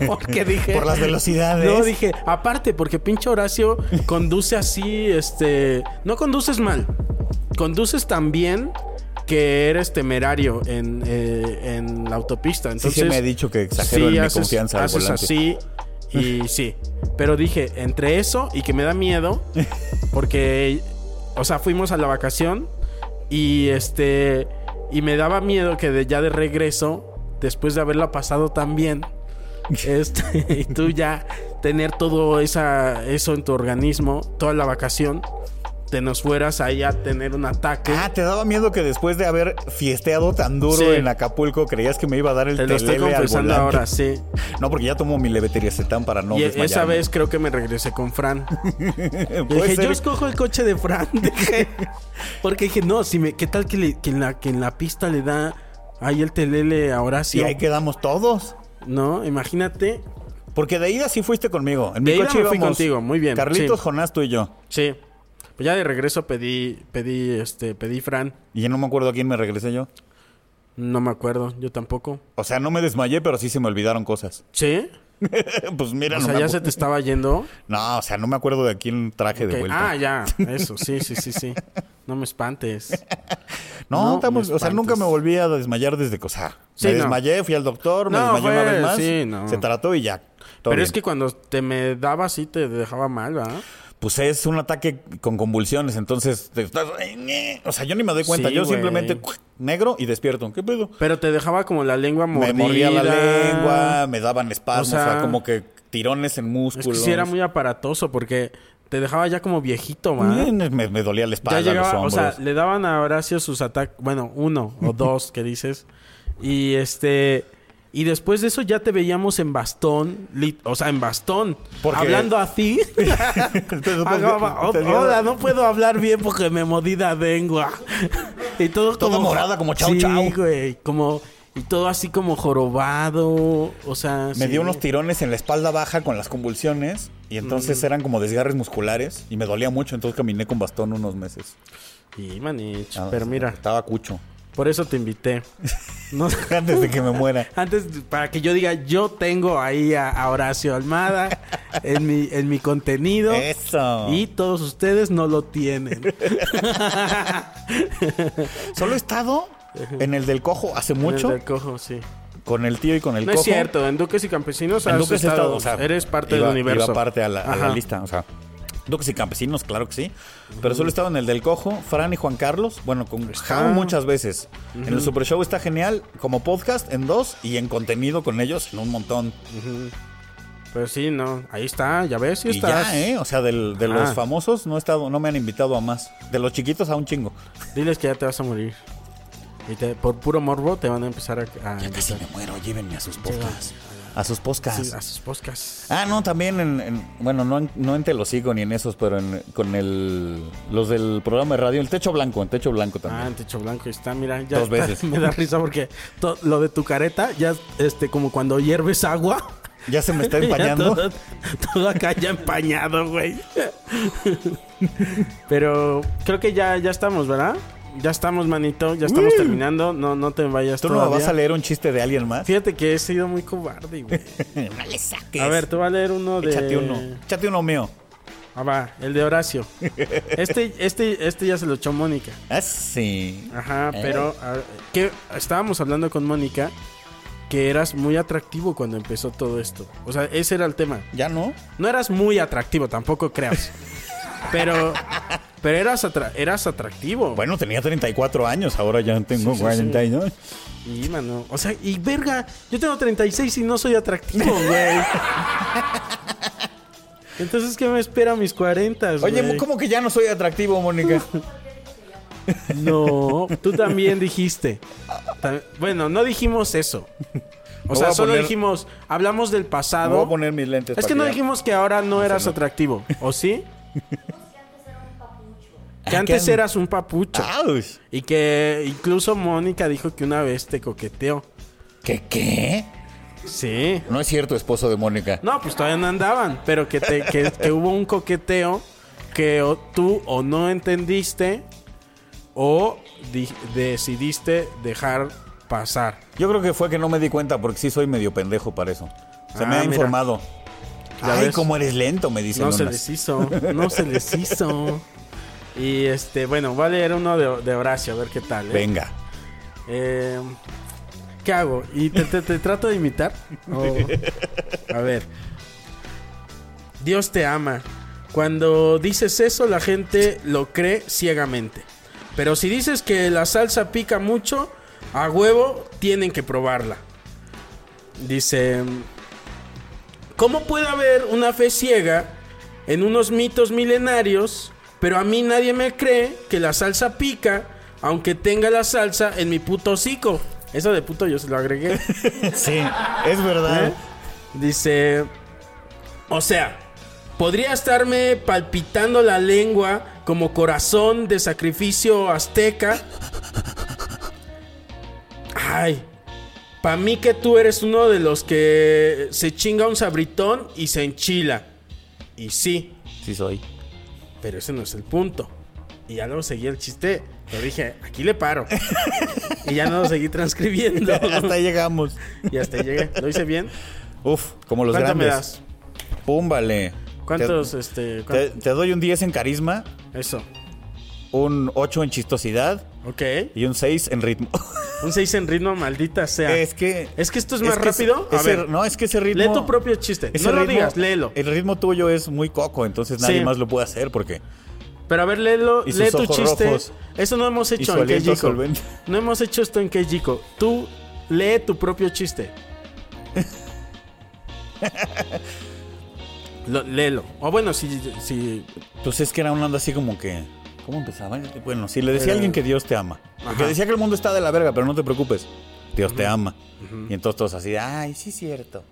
Speaker 2: porque dije...
Speaker 3: Por las velocidades.
Speaker 2: No, dije, aparte, porque pinche Horacio conduce así, este... No conduces mal. Conduces tan bien que eres temerario en, eh, en la autopista.
Speaker 3: Sí,
Speaker 2: Entonces,
Speaker 3: sí me ha dicho que exagero en mi confianza al
Speaker 2: haces
Speaker 3: volante.
Speaker 2: así y sí. Pero dije, entre eso y que me da miedo, porque, o sea, fuimos a la vacación y este, y me daba miedo que de, ya de regreso, después de haberla pasado tan bien, este, y tú ya tener todo esa, eso en tu organismo, toda la vacación, te nos fueras ahí a tener un ataque.
Speaker 3: Ah, te daba miedo que después de haber fiesteado tan duro
Speaker 2: Sí.
Speaker 3: en Acapulco creías que me iba a dar el
Speaker 2: te lo estoy
Speaker 3: telele al
Speaker 2: confesando
Speaker 3: volante.
Speaker 2: ahora, sí.
Speaker 3: No, porque ya tomo mi levetiracetam para no
Speaker 2: y
Speaker 3: desmayarme.
Speaker 2: esa vez creo que me regresé con Fran. Le
Speaker 3: Puede
Speaker 2: dije,
Speaker 3: ser.
Speaker 2: yo escojo el coche de Fran. dije. porque dije, no, si me, ¿qué tal que, le- que en la, que en la pista le da ahí el telele a
Speaker 3: Y
Speaker 2: Horacio?
Speaker 3: ahí quedamos todos.
Speaker 2: No, imagínate.
Speaker 3: Porque de ida sí fuiste conmigo. En mi
Speaker 2: De ida
Speaker 3: coche
Speaker 2: me fui
Speaker 3: íbamos
Speaker 2: contigo, muy bien,
Speaker 3: Carlitos,
Speaker 2: sí.
Speaker 3: Jonás, tú y yo.
Speaker 2: Sí. Pues ya de regreso pedí, pedí, este, pedí Fran.
Speaker 3: Y ya no me acuerdo a quién me regresé yo.
Speaker 2: No me acuerdo, yo tampoco.
Speaker 3: O sea, no me desmayé, pero sí se me olvidaron cosas.
Speaker 2: ¿Sí?
Speaker 3: pues mira,
Speaker 2: O
Speaker 3: no,
Speaker 2: sea,
Speaker 3: me
Speaker 2: ya
Speaker 3: acu-
Speaker 2: se te estaba yendo.
Speaker 3: no, o sea, no me acuerdo de quién traje
Speaker 2: Ok,
Speaker 3: de vuelta.
Speaker 2: Ah, ya, eso, sí, sí, sí, sí. No me espantes.
Speaker 3: no,
Speaker 2: no,
Speaker 3: estamos,
Speaker 2: me
Speaker 3: o sea, nunca me
Speaker 2: espantes.
Speaker 3: volví a desmayar desde que, o sea,
Speaker 2: Sí,
Speaker 3: me
Speaker 2: no.
Speaker 3: desmayé, fui al doctor, me
Speaker 2: No,
Speaker 3: desmayé una
Speaker 2: fue-
Speaker 3: vez más,
Speaker 2: sí, no.
Speaker 3: se trató y ya. todo
Speaker 2: Pero
Speaker 3: bien.
Speaker 2: es que cuando te me daba así te dejaba mal, ¿verdad?
Speaker 3: pues es un ataque con convulsiones, entonces te estás- o sea, yo ni me doy cuenta,
Speaker 2: Sí,
Speaker 3: yo
Speaker 2: güey.
Speaker 3: simplemente negro y despierto. ¿Qué pedo?
Speaker 2: Pero te dejaba como la lengua mordida.
Speaker 3: Me mordía la lengua, me daban espasmos, o
Speaker 2: O
Speaker 3: sea,
Speaker 2: sea,
Speaker 3: como que tirones en
Speaker 2: Es
Speaker 3: músculos.
Speaker 2: que sí era muy aparatoso porque te dejaba ya como viejito,
Speaker 3: Mm,
Speaker 2: man.
Speaker 3: me, me dolía la espalda,
Speaker 2: Ya llegaba, o
Speaker 3: los hombros.
Speaker 2: sea, le daban a Horacio sus ataques, bueno, uno o dos, que dices. Y este y después de eso ya te veíamos en bastón, lit- o sea, en bastón,
Speaker 3: Porque-
Speaker 2: hablando así.
Speaker 3: Entonces, pues,
Speaker 2: Hablaba, "Oh,
Speaker 3: tenía-
Speaker 2: hola, no puedo hablar bien porque me mordí la lengua. y todo
Speaker 3: Toda
Speaker 2: como
Speaker 3: morada, como chau,
Speaker 2: sí,
Speaker 3: chau.
Speaker 2: güey, como y todo así como jorobado, o sea,
Speaker 3: Me
Speaker 2: sí.
Speaker 3: dio unos tirones en la espalda baja con las convulsiones Y entonces
Speaker 2: Mm.
Speaker 3: eran como desgarres musculares y me dolía mucho, entonces caminé con bastón unos meses.
Speaker 2: Y manich,
Speaker 3: Nada,
Speaker 2: pero mira,
Speaker 3: Estaba cucho.
Speaker 2: por eso te invité. No sé.
Speaker 3: Antes de que me muera.
Speaker 2: Antes, para que yo diga, yo tengo ahí a, a Horacio Almada en mi, en mi contenido.
Speaker 3: Eso.
Speaker 2: Y todos ustedes no lo tienen.
Speaker 3: Solo he estado en el del cojo hace mucho,
Speaker 2: El del cojo, sí.
Speaker 3: con el tío y con el
Speaker 2: no
Speaker 3: cojo.
Speaker 2: es cierto, en Duques y Campesinos
Speaker 3: En
Speaker 2: has
Speaker 3: Duques he
Speaker 2: estado,
Speaker 3: estado, o sea,
Speaker 2: eres parte
Speaker 3: iba-
Speaker 2: del universo.
Speaker 3: Iba parte a la, a la
Speaker 2: Ajá.
Speaker 3: lista, o sea. Duques y campesinos, claro que sí. Pero solo he estado en el del Cojo, Fran y Juan Carlos. Bueno, con Jao muchas veces. En el Super Show está genial, como podcast en dos y en contenido con ellos en un montón.
Speaker 2: Pero sí, no, ahí está, ya ves, sí
Speaker 3: Y
Speaker 2: estás.
Speaker 3: ya, ¿eh? O sea, del- de los
Speaker 2: Ah.
Speaker 3: famosos no he estado, no me han invitado a más. De los chiquitos a un chingo.
Speaker 2: Diles que ya te vas a morir. Y te- por puro morbo te van a empezar a, a
Speaker 3: Ya casi
Speaker 2: invitar
Speaker 3: me muero, llévenme a sus podcasts. A sus podcasts.
Speaker 2: sí, a sus podcasts.
Speaker 3: Ah, no, también en, en- bueno, no en, no en Telocico ni en esos, pero en- con el los del programa de radio, el Techo Blanco, en Techo Blanco
Speaker 2: Ah,
Speaker 3: también.
Speaker 2: en techo blanco ahí está, mira, ya
Speaker 3: Dos
Speaker 2: está.
Speaker 3: veces.
Speaker 2: me da risa porque to- lo de tu careta, ya este, como cuando hierves agua.
Speaker 3: Ya se me está
Speaker 2: ya
Speaker 3: empañando.
Speaker 2: todo, todo acá ya empañado, güey. Pero creo que ya, ya estamos, ¿verdad? Ya estamos, manito, ya estamos terminando. No, no te vayas
Speaker 3: ¿Tú no
Speaker 2: todavía.
Speaker 3: vas a leer un chiste de alguien más?
Speaker 2: Fíjate que he sido muy cobarde, güey. A ver, tú vas a leer uno de.
Speaker 3: Échate uno. Échate uno mío.
Speaker 2: Ah, va, el de Horacio. Este, este, este ya se lo echó Mónica.
Speaker 3: Ah, sí.
Speaker 2: Ajá,
Speaker 3: Eh.
Speaker 2: pero a- que estábamos hablando con Mónica que eras muy atractivo cuando empezó todo esto. O sea, ese era el tema.
Speaker 3: ¿Ya no?
Speaker 2: No eras muy atractivo, tampoco creas. Pero, pero eras, atra- eras atractivo.
Speaker 3: Bueno, tenía 34 años, ahora ya tengo
Speaker 2: Sí, sí,
Speaker 3: 40 años.
Speaker 2: Y, mano, o sea, y verga, yo tengo 36 y no soy atractivo, güey. Entonces, ¿qué me espera a mis 40?
Speaker 3: Oye,
Speaker 2: Pues, güey?
Speaker 3: ¿cómo que ya no soy atractivo, Mónica?
Speaker 2: No, tú también dijiste. Ta- Bueno, no dijimos eso. O
Speaker 3: Me voy
Speaker 2: sea,
Speaker 3: a
Speaker 2: solo
Speaker 3: poner-
Speaker 2: dijimos, hablamos del
Speaker 3: Me voy
Speaker 2: pasado.
Speaker 3: a poner mis lentes.
Speaker 2: es
Speaker 3: para
Speaker 2: que no
Speaker 3: ya-
Speaker 2: dijimos que ahora no eras atractivo, ¿o sí? que antes
Speaker 3: que- Ah.
Speaker 2: eras un papucho.
Speaker 3: Ouch.
Speaker 2: Y que incluso Mónica dijo que una vez te coqueteó.
Speaker 3: ¿Qué qué?
Speaker 2: Sí.
Speaker 3: No es cierto, esposo de Mónica.
Speaker 2: No, pues todavía no andaban, pero que, te- que- que hubo un coqueteo que o tú o no entendiste o di- decidiste dejar pasar.
Speaker 3: Yo creo que fue que no me di cuenta porque sí soy medio pendejo para eso. Se
Speaker 2: Ah,
Speaker 3: me ha
Speaker 2: mira.
Speaker 3: informado.
Speaker 2: Ya
Speaker 3: Ay,
Speaker 2: ves.
Speaker 3: cómo eres lento, me dicen
Speaker 2: No se
Speaker 3: unas.
Speaker 2: les hizo, no se les hizo. Y este, bueno, voy a leer uno de, de Horacio, a ver qué tal. ¿eh?
Speaker 3: Venga.
Speaker 2: Eh, ¿Qué hago? ¿Y te, te- te trato de imitar? O- A ver. Dios te ama. Cuando dices eso, la gente lo cree ciegamente. Pero si dices que la salsa pica mucho, a huevo tienen que probarla. Dice, ¿cómo puede haber una fe ciega en unos mitos milenarios, pero a mí nadie me cree que la salsa pica, aunque tenga la salsa en mi puto hocico? Eso de puto yo se lo agregué.
Speaker 3: Sí, es verdad.
Speaker 2: Dice, o sea, podría estarme palpitando la lengua como corazón de sacrificio azteca. Ay, para mí que tú eres uno de los que se chinga un sabritón y se enchila. Y sí,
Speaker 3: Sí soy.
Speaker 2: pero ese no es el punto. Y ya luego seguí el chiste, lo dije, aquí le paro. y ya no lo seguí transcribiendo.
Speaker 3: Hasta ahí llegamos.
Speaker 2: y hasta ahí llegué. ¿Lo hice bien?
Speaker 3: Uf, como los
Speaker 2: ¿Cuánto me
Speaker 3: grandes.
Speaker 2: das?
Speaker 3: Púmbale.
Speaker 2: ¿Cuántos,
Speaker 3: Te,
Speaker 2: este,
Speaker 3: te-
Speaker 2: cuán-
Speaker 3: te doy un 10 en carisma,
Speaker 2: Eso.
Speaker 3: un 8 en chistosidad
Speaker 2: Ok.
Speaker 3: y un 6 en ritmo.
Speaker 2: Un 6 en ritmo, maldita sea.
Speaker 3: es que...
Speaker 2: Es que esto es más
Speaker 3: ese-
Speaker 2: rápido. A
Speaker 3: ese-
Speaker 2: ver.
Speaker 3: no, es que ese ritmo...
Speaker 2: Lee tu propio chiste.
Speaker 3: ese
Speaker 2: No lo
Speaker 3: ritmo-
Speaker 2: digas, léelo.
Speaker 3: El ritmo tuyo es muy coco, entonces nadie
Speaker 2: Sí.
Speaker 3: más lo puede hacer porque...
Speaker 2: Pero a ver, léelo,
Speaker 3: Y sus
Speaker 2: lee tu
Speaker 3: ojos
Speaker 2: chiste.
Speaker 3: rojos.
Speaker 2: Eso no hemos
Speaker 3: Y su
Speaker 2: hecho en
Speaker 3: aliento
Speaker 2: Kejiko.
Speaker 3: solvente.
Speaker 2: No hemos hecho esto en Kejiko. Tú lee tu propio chiste. Lo- léelo. O bueno, si, si
Speaker 3: Pues es que era una onda así como que. ¿Cómo empezaba? Bueno, si le decía a alguien que Dios te ama. Porque
Speaker 2: Ajá.
Speaker 3: decía que el mundo está de la verga, pero no te preocupes. Dios te ama. Y entonces todos así, ay, sí es cierto.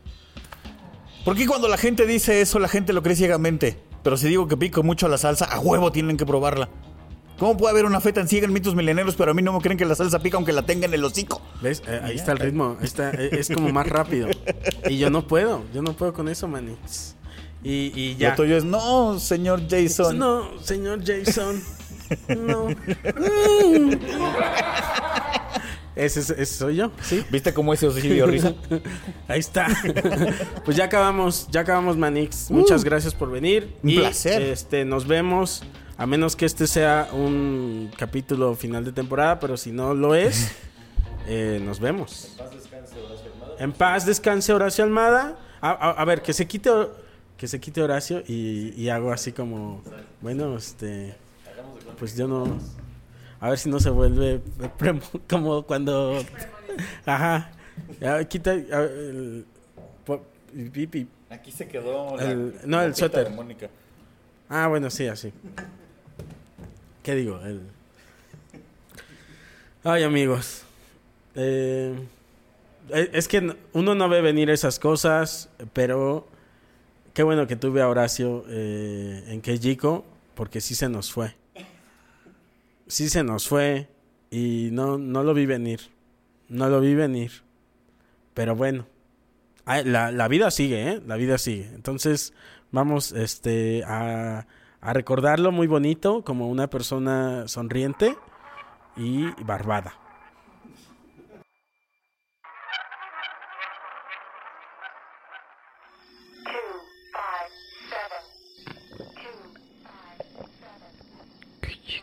Speaker 3: ¿Por qué cuando la gente dice eso, la gente lo cree ciegamente? Pero si digo que pico mucho la salsa, a huevo tienen que probarla. ¿Cómo puede haber una fe tan ciega en mitos mileneros, pero a mí no me creen que la salsa pica aunque la tenga en el hocico?
Speaker 2: ¿Ves? Eh, ahí está el ritmo. ahí está, eh, es como más rápido. Y yo no puedo. Yo no puedo con eso, manis. Y, y
Speaker 3: Lo
Speaker 2: ya.
Speaker 3: tuyo es, no, señor Jason.
Speaker 2: No, señor Jason. No. ese, es- ese soy yo, sí.
Speaker 3: ¿Viste cómo ese sí dio risa?
Speaker 2: Ahí está. pues ya acabamos, ya acabamos, Manix. Muchas gracias por venir.
Speaker 3: Uh. Un placer.
Speaker 2: Este, nos vemos. A menos que este sea un capítulo final de temporada, pero si no lo es, eh, nos vemos. En paz descanse Horacio Almada. A, a- a ver, que se quite, que se quite Horacio y, y hago así como, bueno, este, pues yo no. A ver si no se vuelve premo- como cuando. Ajá. Ya, quita. a- el- po- pi- pi-
Speaker 3: Aquí se quedó.
Speaker 2: la- El- no, el la pita suéter. de
Speaker 3: Mónica.
Speaker 2: Ah, bueno, sí, así. ¿Qué digo? El- Ay, amigos. Eh, eh, es que no- uno no ve venir esas cosas, pero qué bueno que tuve a Horacio eh, en Quejico, porque sí se nos fue. Sí se nos fue y no, no lo vi venir. No lo vi venir. Pero bueno. Ah, La, la vida sigue, ¿eh? La vida sigue. Entonces, vamos este, a, a recordarlo muy bonito, como una persona sonriente y barbada.
Speaker 1: two five seven two five seven.